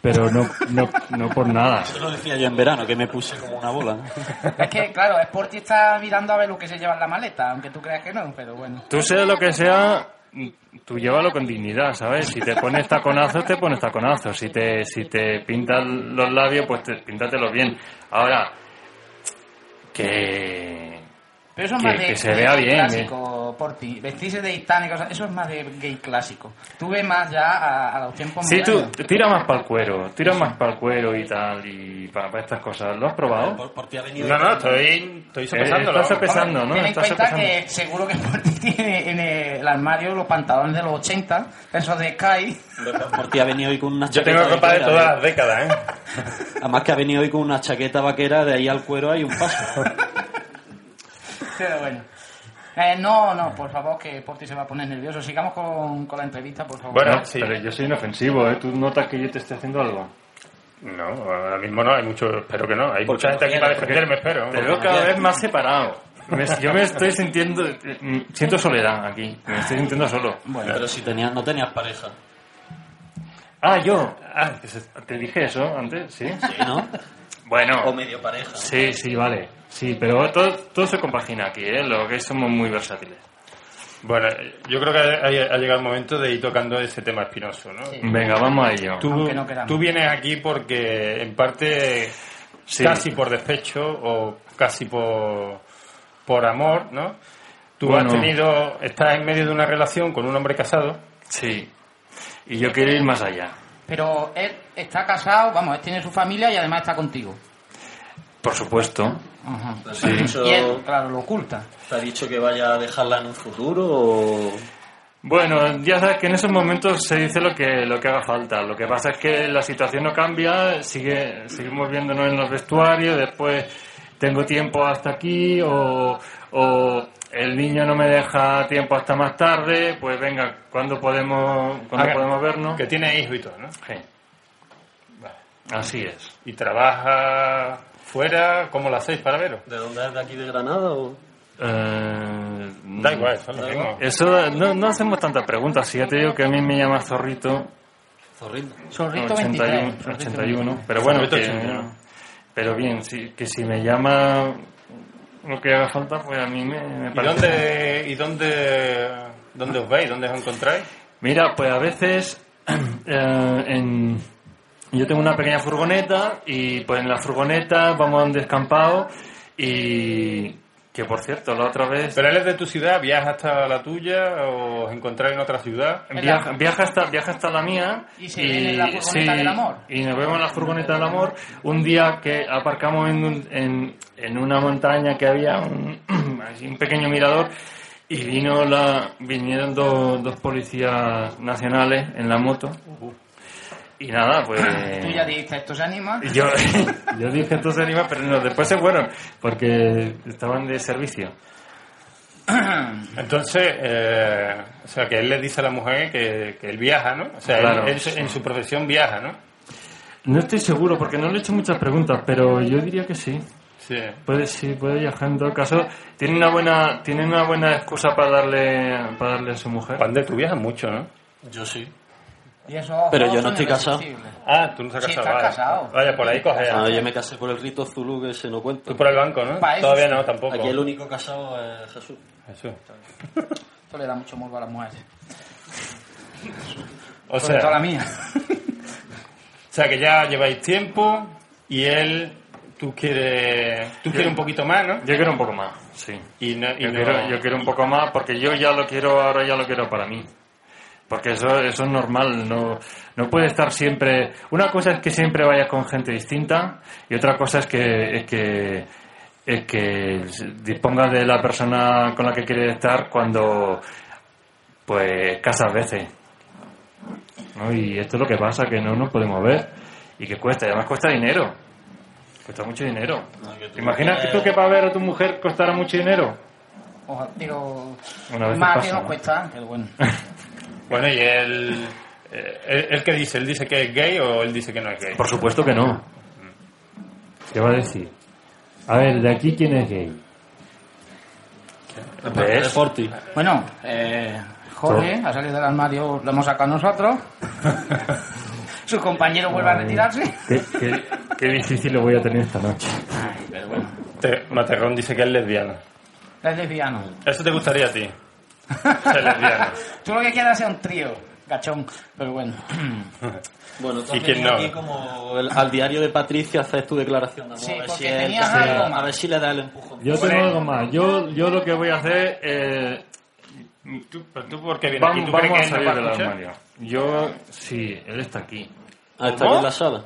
Pero no, no, no por nada.
Yo lo decía ya en verano, que me puse como una bola.
Es que, claro, Sporty está mirando a ver lo que se lleva en la maleta, aunque tú creas que no, pero bueno.
Tú seas lo que sea, tú llévalo con dignidad, ¿sabes? Si te pones taconazos, te pones taconazos. Si te, si te pintas los labios, pues te, píntatelos bien. Ahora, que...
Pero eso es
Que-
más de
que se
de
vea
gay
bien,
clásico, Porti. Vestirse de gitana y cosas, eso es más de gay clásico. Tú ves más ya a, a los tiempos
Sí, tú
modernos.
tira más para el cuero, tira más para el cuero y tal, y para, estas cosas. ¿Lo has probado?
Por, por ti ha venido.
No, no, estoy, estoy sopesándolo.
estás sopesando, ¿no?
Ten en
Estás
cuenta
sopesando.
que seguro que Porti tiene en el armario los pantalones de los 80, esos de Sky.
Por ti ha venido hoy con una
Yo tengo ropa de
vaquera,
todas
¿eh?
las décadas, ¿eh?
Además que ha venido hoy con una chaqueta vaquera, de ahí al cuero hay un paso.
Pero bueno. Eh, no, no, por favor, que Porti se va a poner nervioso. Sigamos con, con la entrevista, por favor.
Bueno,
No,
sí.
Pero yo soy inofensivo, ¿eh? Tú notas que yo te estoy haciendo algo.
No, ahora mismo no, hay mucho, espero que no. Hay mucha
Porque
gente aquí para
no
defenderme, espero.
Te veo cada vez más separado. Me- yo me estoy sintiendo... eh, Siento soledad aquí. Me estoy sintiendo solo.
Pero si tenías, no tenías pareja.
Ah, yo. Ah, que se- te dije eso antes, ¿sí?
Sí, ¿no? O
Bueno.
medio pareja.
Sí, sí, vale. Sí, pero todo, todo se compagina aquí, ¿eh? Lo que somos muy versátiles.
Bueno, yo creo que ha, ha llegado el momento de ir tocando ese tema espinoso, ¿no?
Venga, vamos a ello.
Tú,
Aunque no queramos.
tú vienes aquí porque, en parte,
Sí.
casi por despecho o casi por, por amor, ¿no? Tú
Bueno.
has tenido, estás en medio de una relación con un hombre casado.
Sí. Y yo quiero ir más allá.
Pero él está casado, vamos, él tiene su familia y además está contigo.
Por supuesto.
Ajá.
Entonces, ¿te ha dicho-
Y él, claro, lo oculta.
¿Te ha dicho que vaya a dejarla en un futuro o...?
Bueno, ya sabes que en esos momentos se dice lo que, lo que haga falta. Lo que pasa es que la situación no cambia, sigue, seguimos viéndonos en los vestuarios, después tengo tiempo hasta aquí o, o el niño no me deja tiempo hasta más tarde, pues venga, ¿cuándo podemos, ¿cuándo
Ah,
podemos vernos?
Que tiene hijos y todo, ¿no?
Sí. Vale. Así es.
Y trabaja fuera, ¿cómo lo hacéis para veros?
¿De dónde es? ¿De aquí de Granada o...?
Eh,
Da igual, son lo mismo.
Eso, no, no hacemos tantas preguntas. Si ya te digo que a mí me llama Zorrito,
Zorrito.
Zorrito
81,
23.
81, pero bueno,
Alberto
que-
81.
pero bien, si, que si me llama lo que haga falta, pues a mí me, me
¿Y
parece.
dónde, y dónde, dónde os veis? ¿Dónde os encontráis?
Mira, pues a veces eh, en- yo tengo una pequeña furgoneta y pues en la furgoneta vamos a un descampado y que por cierto, la otra vez
¿Pero él es de tu ciudad? ¿Viaja hasta la tuya? ¿O os encontráis en otra ciudad?
Viaja, viaja hasta, viaja hasta la mía.
Y se ven en la furgoneta del amor.
Y nos vemos en la furgoneta del amor. Un día que aparcamos en, un- en, en una montaña que había un, así un pequeño mirador y vino la, vinieron dos, dos policías nacionales en la moto. Y nada, pues...
Tú ya dijiste, esto se anima.
Y Yo, yo dije entonces anima, pero no, después se fueron porque estaban de servicio.
Entonces, eh, o sea, que él le dice a la mujer que, que él viaja, ¿no? O sea, él-
Claro.
él, se- en su profesión viaja, ¿no?
No estoy seguro porque no le he hecho muchas preguntas, pero yo diría que sí.
Sí.
Puede, sí, puede viajar en todo caso. Tiene una buena, tiene una buena excusa para darle, para darle a su mujer.
Pander, tú viajas mucho, ¿no?
Yo sí.
Y esos ojos
Pero yo no
son
estoy casado.
irresistibles.
Ah, tú no estás
Sí,
casado.
está
vaya.
casado.
Vaya, por ahí coge.
Ah, yo me casé por el rito Zulu que se no cuenta.
Tú por el banco, ¿no?
Pa' eso
Todavía
sí.
no, tampoco.
Aquí el único casado es Jesús.
Jesús.
Esto le da mucho morbo a las mujeres.
O
Sobre todo a la
sea,
mía.
o sea, que ya lleváis tiempo y él, tú quieres, tú quieres un poquito más, ¿no?
Yo quiero un poco más, sí.
Y no, y
Yo
no-
quiero, yo quiero un poco más porque yo ya lo quiero, ahora ya lo quiero para mí. Porque eso, eso es normal, no, no puede estar siempre... Una cosa es que siempre vayas con gente distinta y otra cosa es que, es que, es que dispongas de la persona con la que quieres estar cuando, pues, casas veces. ¿no? Y esto es lo que pasa, que no nos podemos ver y que cuesta, y además cuesta dinero. Cuesta mucho dinero. ¿Te imaginas que tú que para ver a tu mujer costara mucho dinero?
Ojo, digo,
Una vez
más
pasa,
que nos
¿no?
cuesta, pero bueno.
Bueno, ¿y él, eh, él, él qué dice? ¿Él dice que es gay o él dice que no es gay?
Por supuesto que no. ¿Qué va a decir? A ver, de aquí quién es gay. ¿Ves?
Forti.
Bueno, eh, Jorge ha salido del armario, lo hemos sacado nosotros. Su compañero vuelve
¿eh?
a retirarse.
Qué, qué- qué difícil lo voy a tener esta noche.
Te- Materrón dice que es lesbiana.
Es lesbiano.
¿Eso te gustaría a ti? Ser lesbiana.
Tú lo que quieras es un trío, gachón, pero bueno.
Bueno, tú has
¿Y quién
venido
no?
aquí como el- al diario de Patricia haces tu declaración de amor.
Sí,
a, ver
porque
si él
tenías
cambia-
algo más.
a ver si le da el empujón.
Yo tengo algo más. Yo, yo lo que voy a hacer eh,
¿Tú, pero tú por qué vienes aquí?
vamos,
¿Tú crees que
vamos a
él no
salir
va a
del
escuchar?
armario. Yo, sí, él está aquí.
Ah, está aquí en la sala.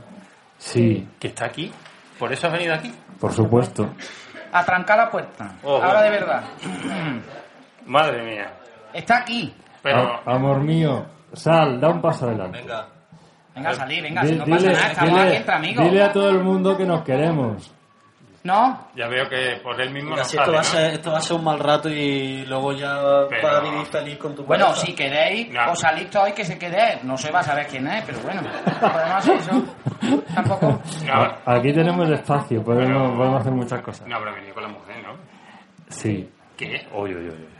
Sí,
¿Que está aquí? ¿Por eso has venido aquí?
por supuesto.
A trancar la puerta.
Oh,
Ahora
bueno.
de verdad.
Madre mía.
Está aquí.
Pero...
A- amor mío, sal, da un paso adelante.
Venga.
Venga, salí, venga,
Di-
si no pasa nada, estamos
dile-
aquí entre amigos.
dile a todo el mundo que nos queremos.
¿No?
Ya veo que por él mismo no
Así esto, va
sale, ¿no?
a ser, esto va a ser un mal rato y luego ya
Pero-
vas a vivir feliz con tu
Bueno,
pareja.
si queréis,
No.
os salís todos y que se quede. No se va a saber quién es, pero bueno. Podemos hacer eso. Tampoco.
No,
Aquí tenemos espacio, podemos, podemos hacer muchas cosas.
no habrá venido con la mujer, ¿no?
Sí.
¿Qué?
Oye, oye, oye.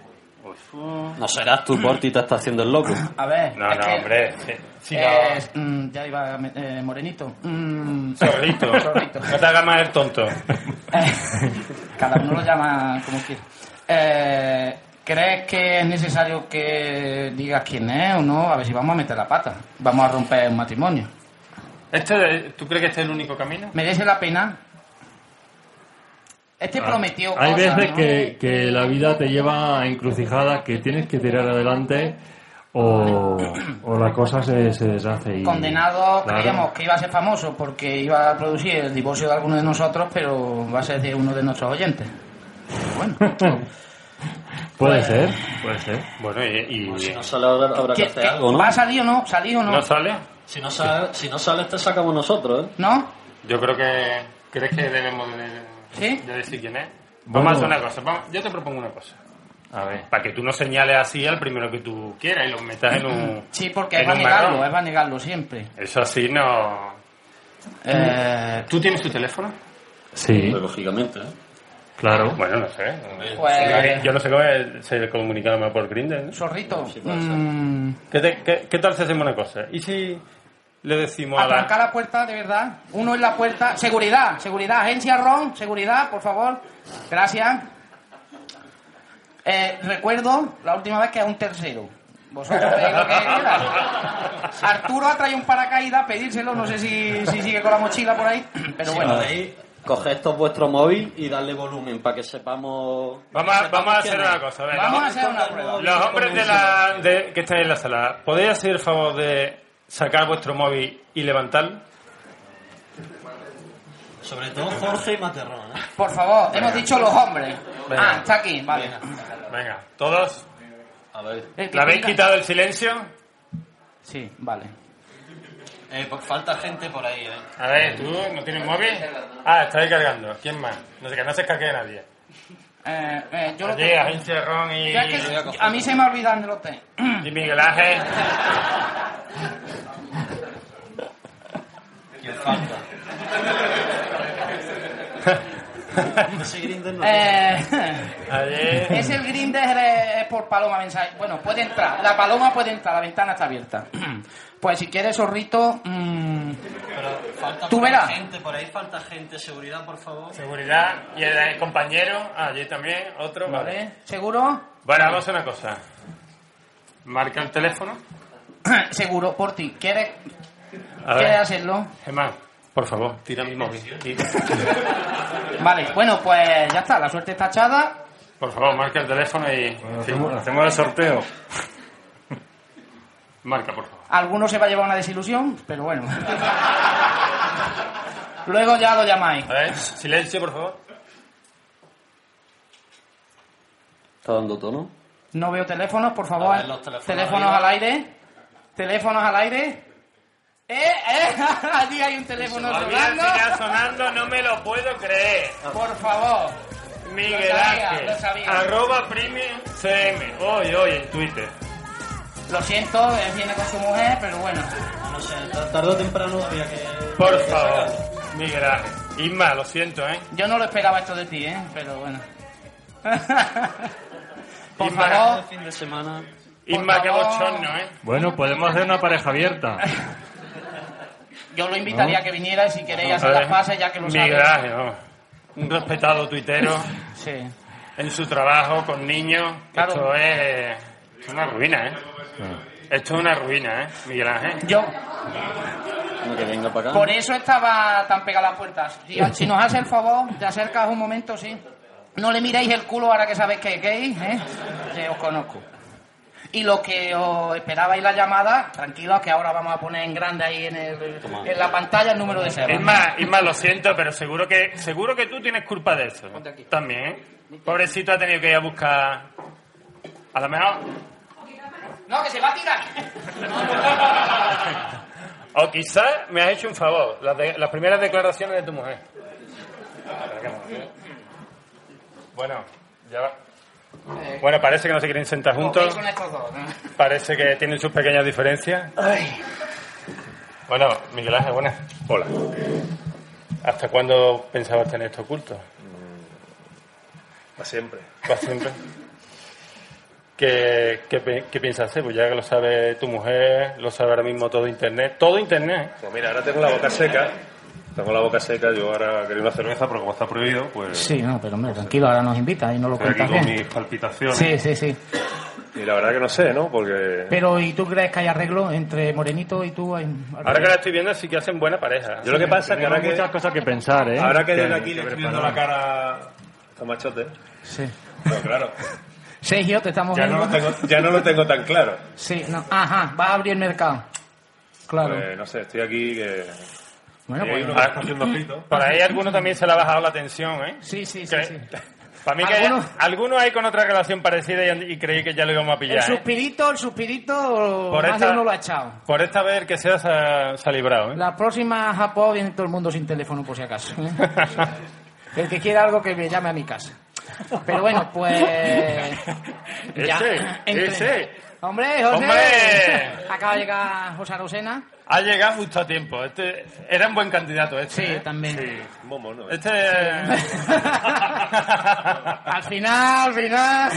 No serás tú, Porti, te está haciendo el loco.
A ver.
No,
es
no,
que,
hombre. sí, sí, no.
eh, mm, ya iba a me- eh, morenito. Mm,
Zorrito.
Zorrito.
No te hagas más el tonto.
Eh, Cada uno lo llama como quiera. Eh, ¿Crees que es necesario que digas quién es o no? A ver si vamos a meter la pata. Vamos a romper un matrimonio.
¿Este, ¿Tú crees que este es el único camino?
¿Merece la pena? Este
Ah,
prometió.
Hay
cosas,
veces
¿no?
que, que la vida te lleva a encrucijadas que tienes que tirar adelante o, o la cosa se, se deshace. Y,
Condenado
Claro.
creíamos que iba a ser famoso porque iba a producir el divorcio de alguno de nosotros, pero va a ser de uno de nuestros oyentes.
Puede
Pues,
ser, puede ser.
Bueno, y... y-
Si no sale, habrá, habrá que
¿Qué-
hacer
qué-
algo, ¿no?
¿Va a salir o no? ¿Salir o no?
¿No sale?
Si no, sale, si no sales, te sacamos nosotros, ¿eh?
¿No?
Yo creo que... ¿Crees que debemos de,
¿Sí?
de decir quién es? Vamos
Bueno.
a hacer una cosa. vamos- yo te propongo una cosa.
A ver.
Para que tú no señales así al primero que tú quieras y lo metas en un...
Sí, porque
en
él va a
un
negarlo,
marrón.
él va a negarlo siempre.
Eso así no...
Eh,
¿Tú tienes tu teléfono?
Sí,
Lógicamente, ¿eh?
claro.
Bueno, no sé.
Pues-
Yo no sé cómo es- se comunicaba más por Grindr. ¿no?
Zorrito,
puede
mm,
¿Qué, te- qué- qué tal si hacemos una cosa? ¿Y si le decimos a
atranca
la...
la puerta, de verdad. Uno en la puerta. Seguridad, seguridad. Agencia Ron, seguridad, por favor. Gracias. Eh, recuerdo la última vez que a un tercero. Vosotros veis lo que era. Arturo ha traído un paracaídas, pedírselo. No sé si, si sigue con la mochila por ahí. Pero
Si
bueno,
podéis, coged estos vuestros móvil y darle volumen para que sepamos...
Vamos a, vamos a hacer
quién
una
es.
cosa. a ver,
vamos a
los-
hacer una prueba.
Los hombres de la, de- que están en la sala, ¿podéis hacer el favor de sacar vuestro móvil y levantarlo?
Sobre todo Jorge y Materrón, ¿eh?
Por favor, hemos dicho los hombres.
Venga.
Ah, está aquí, vale.
Venga, todos.
A ver...
El que
¿La habéis
tenga-
quitado el silencio?
Sí, vale.
Eh, pues falta gente por ahí, ¿eh?
A ver, ¿tú no tienes móvil? Ah, estáis cargando. ¿Quién más? No sé, que no se escaquee nadie.
Eh, eh, yo lo
Allí,
tengo.
Agencia Ron y,
Ya que a mí se me ha olvidado dónde lo tengo.
y Miguel Ángel.
¿Quién falta? Ese Grindr no...
Eh,
Allí.
es el Grinder eh, es por Paloma Mensaje. Bueno, puede entrar. La Paloma puede entrar, la ventana está abierta. Pues si quieres, zorrito. mm,
Pero falta
Tú
por ahí
verás.
gente, por ahí falta gente. Seguridad, por favor.
Seguridad. Y el, el compañero. Ah, allí también. Otro. Vale.
vale, ¿Seguro?
Bueno, vamos a hacer una cosa. Marca el teléfono.
Seguro, por ti. ¿Quieres,
A
¿Quieres
ver.
hacerlo?
Gemma, por favor, tira mi móvil. Tira.
Vale, bueno, pues ya está. La suerte está echada.
Por favor, marca el teléfono y...
Bueno,
Sí.
hacemos, hacemos el sorteo.
Marca, por favor.
Alguno se va a llevar una desilusión, pero bueno. Luego ya lo llamáis.
A ver, silencio, por favor.
Está dando tono.
No veo teléfonos, por favor.
A ver, los teléfonos arriba.
al aire. Teléfonos al aire. ¡Eh, eh! Allí hay un teléfono sonando.
sonando, no me lo puedo creer.
Por favor.
Miguel
Lo sabía,
Ángel,
lo sabía.
arroba premium CM, hoy, hoy en Twitter.
Lo siento, él viene con su mujer, pero bueno.
No sé, tarde o temprano había que...
Por favor, Miguel Ángel. Isma, lo siento, ¿eh?
Yo no lo esperaba esto de ti, ¿eh? Pero bueno. por
Isma,
favor.
Fin de semana...
Isma, qué
favor.
bochorno, ¿eh?
Bueno, podemos hacer una pareja abierta.
Yo lo invitaría a que viniera y si queréis hacer
A
las
ver,
fases, ya que lo
Miguel
sabéis.
Ángel, vamos. un respetado tuitero
Sí.
en su trabajo con niños.
Claro.
Esto es esto es una ruina, ¿eh? Esto es una ruina, ¿eh? Miguel Ángel.
Yo,
Bueno, Que venga para acá.
por eso estaba tan pegada a las puertas. Si, si nos hace el favor, te acercas un momento, sí. No le miréis el culo ahora que sabéis que es gay, ¿eh? Que os conozco. Y lo que os esperabais la llamada, tranquilo, que ahora vamos a poner en grande ahí en, el- en la pantalla el número de cero.
Isma, Isma, lo siento, pero seguro que seguro que tú tienes culpa de eso. También, ¿eh? Pobrecito ha tenido que ir a buscar... A lo mejor...
No, que se va a tirar.
O quizás me has hecho un favor, las, de- las primeras declaraciones de tu mujer. Bueno, ya va.
Pues,
Bueno, parece que no se quieren sentar
Os veis
juntos,
con estos dos, ¿no?
parece que tienen sus pequeñas diferencias. Bueno, Miguel Ángel, buenas. Hola. ¿Hasta cuándo pensabas tener esto oculto?
Para Mm, siempre.
Para siempre. ¿Qué, qué, pi- qué piensas hacer? Pues ya que lo sabe tu mujer, lo sabe ahora mismo todo Internet. Todo Internet, ¿eh?
Pues mira, ahora tengo la boca seca. Tengo la boca seca, yo ahora quería una cerveza, pero como está prohibido, pues...
Sí, no, pero hombre, tranquilo, ahora nos invita y no lo
Estoy aquí
cuentas
con
bien.
mis palpitaciones.
Sí, sí, sí.
Y la verdad que no sé, ¿no? Porque...
Pero, ¿y tú crees que hay arreglo entre Morenito y tú? Hay arreglo?
Ahora que la estoy viendo, sí que hacen buena pareja.
Yo lo que pasa es que
Tenemos
ahora que...
muchas cosas que pensar, ¿eh?
Ahora que
Que-
desde aquí le
que
estoy viendo
preparar.
la cara a machote.
Sí.
Pues claro,
Sergio, te estamos
ya
viendo.
no lo tengo, ya no lo tengo tan claro.
Sí, no. Ajá, vas a abrir el mercado. Claro.
Pues, no sé, estoy aquí que...
bueno,
hay
pues.
uno que está haciendo frito.
Por ahí alguno también se le ha bajado la tensión, ¿eh?
Sí, sí, sí.
Que-
sí.
Para mí que hay-
¿Alguno?
alguno hay con otra relación parecida y, y creí que ya lo íbamos a
El
pillar, ¿eh?
suspirito, el suspirito,
Por
más
esta-
de uno lo ha echado.
Por esta vez el que sea se ha, se ha librado, ¿eh?
La próxima a Japón viene todo el mundo sin teléfono, por si acaso. ¿eh? El que quiera algo que me llame a mi casa. Pero bueno, pues.
Ese, ese.
Hombre, José.
Hombre.
Acaba de llegar José Arosena.
Ha llegado justo a tiempo. Este era un buen candidato
Sí,
este. ¿eh?
también.
Momo, ¿no?
Este
al final, al final.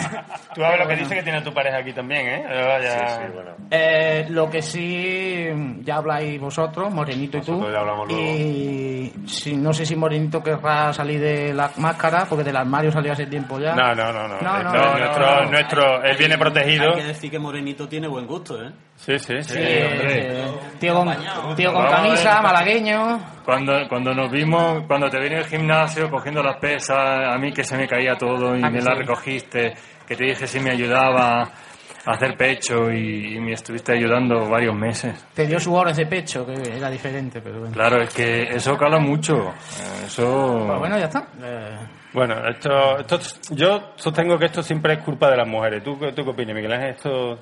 Tú hablas lo que dice que tiene tu pareja aquí también, ¿eh? Eh, vaya.
Sí, sí, bueno.
Eh, lo que sí, ya habláis vosotros, Morenito y tú.
Nosotros ya hablamos
y si, no sé si Morenito querrá salir de la máscara, porque del armario salió hace tiempo ya.
No, no, no, no.
No,
Este
no,
es
no,
nuestro,
no, no.
nuestro, él viene protegido.
Hay que decir que Morenito tiene buen gusto, ¿eh?
Sí, sí, sí.
Sí, sí. tío con, tío con camisa, malagueño.
Cuando, cuando nos vimos, cuando te vine al gimnasio cogiendo las pesas, a mí que se me caía todo y
Ah,
me
que
la
sí.
recogiste, que te dije si me ayudaba a hacer pecho y, y me estuviste ayudando varios meses.
Te dio sudores de pecho, que era diferente, pero bueno.
Claro, es que eso cala mucho. Eh, Eso...
Pero Pues bueno, ya está. Eh,
Bueno, esto, esto, yo sostengo que esto siempre es culpa de las mujeres. ¿Tú, qué- tú qué opinas, Miguel Ángel? Esto,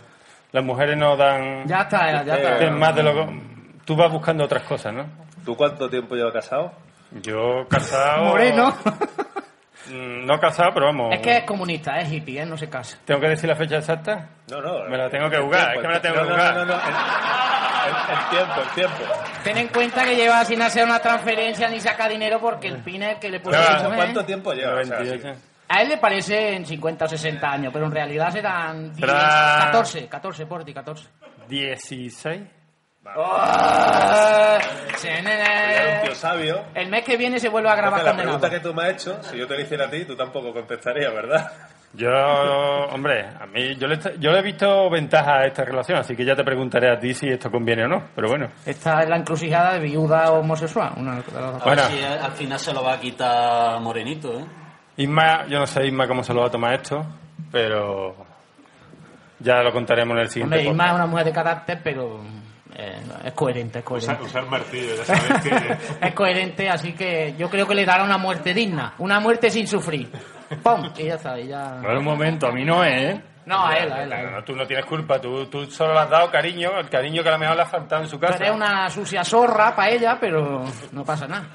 las mujeres no dan
ya está, ya está.
es más de lo que... Tú vas buscando otras cosas, ¿no?
¿Tú cuánto tiempo llevas casado?
Yo casado...
Moreno.
Mm, No casado, pero vamos...
es que es comunista, es hippie, ¿eh? no se casa.
¿Tengo que decir la fecha exacta?
No, no.
Me la tengo que
el
jugar,
tiempo,
es que me la
el
tengo
tiempo.
que
No,
jugar.
No, no, no, el, el- el tiempo, el tiempo.
Ten en cuenta que lleva sin hacer una transferencia ni saca dinero porque el PIN es el que le puso
Pero,
mucho mes.
¿Cuánto tiempo llevas? O sea,
98.
sí.
A él le parecen 50 o 60 años, pero en realidad serán 10,
Será-
14, 14, por ti, 14.
16.
Ah,
Era un tío sabio.
El mes que viene se vuelve a grabar
Entonces, la pregunta
condenado.
que tú me has hecho, si yo te la hiciera a ti, tú tampoco contestarías, ¿verdad?
Yo, hombre, a mí yo le, est- yo le he visto ventajas a esta relación, así que ya te preguntaré a ti si esto conviene o no, pero bueno.
Esta es la encrucijada de viuda homosexual. Una de las dos.
A ver
Bueno.
si eh, al final se lo va a quitar Morenito, ¿eh?
Isma, yo no sé Isma cómo se lo va a tomar esto, pero Ya lo contaremos en el siguiente.
Hombre, Irma
podcast.
es una mujer de carácter, pero eh, es coherente, es
Usar,
Pues
coherente.
usar martillo, ya sabes que...
es coherente, así que yo creo que le dará una muerte digna, una muerte sin sufrir. ¡Pum! Y ya está, y ya...
Pero un momento, a mí no es, ¿eh?
No, a él, a él, a
No,
él.
no, tú no tienes culpa, tú, tú solo le has dado cariño, el cariño que a lo mejor le ha faltado en su
Tú
casa.
eres una sucia zorra para ella, pero no pasa nada.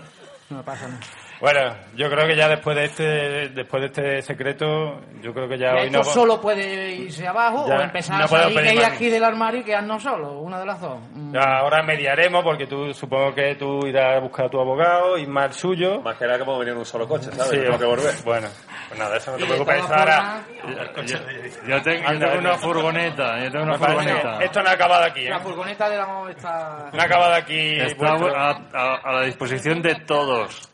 No pasa nada.
Bueno, yo creo que ya después de este después de este secreto, yo creo que ya
De
hoy no...
hecho, solo puede irse abajo
Ya,
o empezar
no
a
puedo
salir
pedir
de ahí
más.
aquí del armario y quedarnos solos, una de las dos. Mm.
Ya ahora mediaremos porque tú supongo que tú irás a buscar a tu abogado y más el suyo.
Más que nada que hemos venido en un solo coche, ¿sabes?
Sí,
No tengo que volver.
Bueno, pues nada, eso no te
Y de
preocupes.
todas
eso ahora-
Yo, yo tengo, yo
Anda,
tengo una
anda.
furgoneta, yo tengo una
Me parece que
furgoneta.
esto no ha acabado aquí, ¿eh?
La furgoneta de la mo- está...
No ha acabado aquí.
Está ah.
vuestro-
a, a- a la disposición de todos.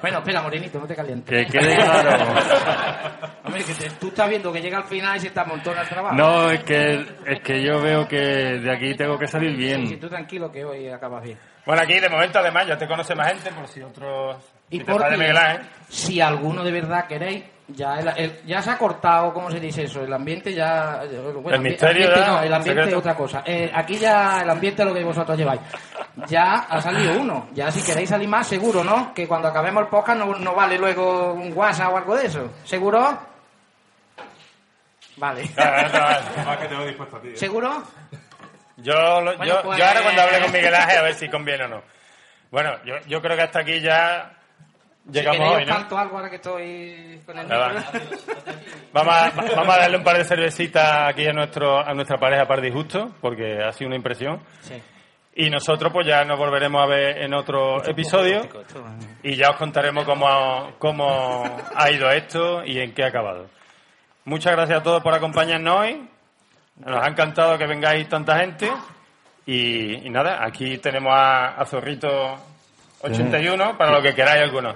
bueno, espera, Morenito, no te calientes.
Que quede claro.
Hombre, que te- tú estás viendo que llega al final y se te amontona el trabajo.
No, es que, es que yo veo que de aquí tengo que
Sí,
salir
sí,
bien.
tú tranquilo que hoy acabas bien.
Bueno, aquí de momento además ya te conoce más gente por si otro...
Y
si te
por
sale Miguel Ángel.
si alguno de verdad queréis, ya el- el- ya se ha cortado, ¿cómo se dice eso? El ambiente ya... eh, bueno,
El
ambi-
misterio
ambiente
ya,
no, el ambiente
secreto.
es otra cosa. Eh, aquí ya el ambiente es lo que vosotros lleváis. Ya ha salido uno. Ya si queréis salir más, seguro, ¿no? Que cuando acabemos el podcast no, no vale luego un WhatsApp o algo de eso. ¿Seguro? Vale.
Más que tengo dispuesto a ti. ¿eh?
¿Seguro?
Yo, lo-
Bueno,
yo,
pues-
yo ahora cuando hable con Miguel Ángel a ver si conviene o no. Bueno, yo, yo creo que hasta aquí ya
si
llegamos
queréis,
hoy,
os
¿no?
canto algo ahora que estoy con el
Nada.
micro.
Vamos a, va- vamos a darle un par de cervecitas aquí a nuestro a nuestra pareja par de justo, porque ha sido una impresión.
Sí.
Y nosotros pues ya nos volveremos a ver en otro episodio y ya os contaremos cómo ha, cómo ha ido esto y en qué ha acabado. Muchas gracias a todos por acompañarnos hoy. Nos ha encantado que vengáis tanta gente. Y, y nada, aquí tenemos a, a Zorrito81 para lo que queráis alguno.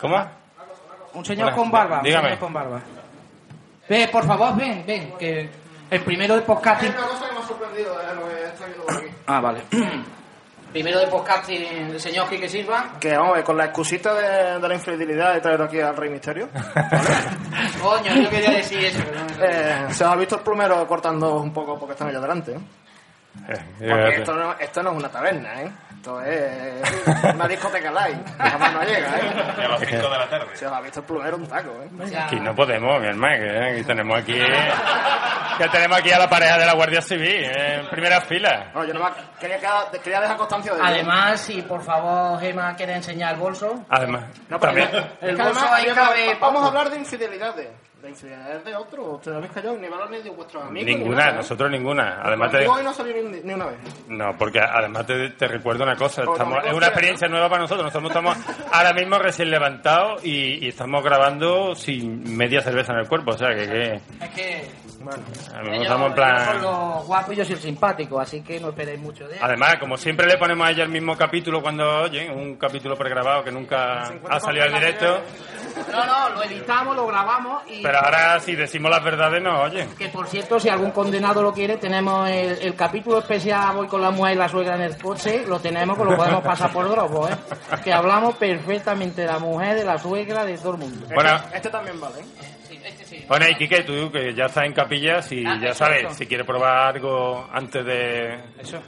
¿Cómo?
Un señor
Hola,
con barba. un
dígame.
señor con barba. Ve, por favor, ven, ven. Que el primero de podcasting.
cosa que me ha sorprendido, eh, lo que está viendo por aquí.
Ah, vale. primero de podcasting, el señor Quique Silva.
Que vamos a ver, con la excusita de, de la infidelidad he traído aquí al Rey Misterio.
Coño, yo quería decir eso. pero no me salió.
Eh, se os ha visto el plumero cortando un poco porque están allá delante. ¿eh?
Eh,
Porque esto no, esto no es una taberna, ¿eh? Esto es una discoteca live. Jamás no llega,
Y
¿eh?
a las 5 de la tarde.
Se os ha visto el plumero un taco, ¿eh?
O sea,
Aquí no podemos, mi hermano, que, que tenemos aquí que tenemos aquí a la pareja de la Guardia Civil eh, en primera fila.
No, yo nomás quería, que- quería dejar constancia de ello.
Además, si por favor Gemma quiere enseñar el bolso.
Además,
No, pero
también.
además-
El
es que
bolso
además,
ahí
yo-
cabe
va- Vamos
poco.
a hablar de infidelidades. De infidelidades de otros. Ustedes habéis callado ni valor ni de vuestros amigos. ni
Ninguna,
nada, ¿eh?
nosotros ninguna. Además te,
Contigo hoy no salió ni, ni una vez.
no, porque además te, te recuerdo una cosa,
Pues
estamos,
tampoco
es una
sea, ¿no?
experiencia nueva para nosotros, nosotros estamos ahora mismo recién levantados y, y estamos grabando sin media cerveza en el cuerpo, o sea que, que
Es que.
ahora mismo
ellos-
estamos en
ellos
plan...
son los guapos y yo soy el simpático, así que no esperéis mucho de él.
Además, como siempre le ponemos a ella el mismo capítulo cuando oye, un capítulo pregrabado que nunca ha salido al directo,
No, no, lo editamos, lo grabamos y.
pero ahora si decimos las verdades no oye.
Que por cierto, si algún condenado lo quiere, tenemos el, el capítulo especial Voy con la mujer y la suegra en el coche, lo tenemos que lo podemos pasar por drogo, ¿eh? Que hablamos perfectamente de la mujer, de la suegra, de todo el mundo.
Bueno,
Este también vale, ¿eh?
bueno, y Quique, tú que ya estás en capilla, si
Ah,
ya
exacto.
sabes, si quieres probar algo antes de...
Eso.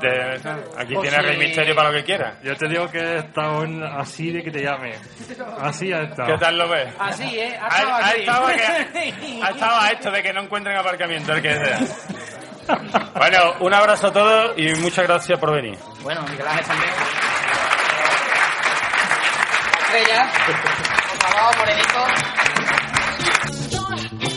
de- aquí
O
tienes
si-
Rey Misterio para lo que quieras.
Yo te digo que he estado en- así de que te llame. Así ha estado.
¿Qué tal lo ves?
Así, ¿eh? Ha
Ha,
estado
ha
así.
estado a que- ha estado a esto de que no encuentren aparcamiento, el que sea. Bueno, un abrazo a todos y muchas gracias por venir.
Bueno, Miguel Ángel también. Estrella, por favor, morenito.
Por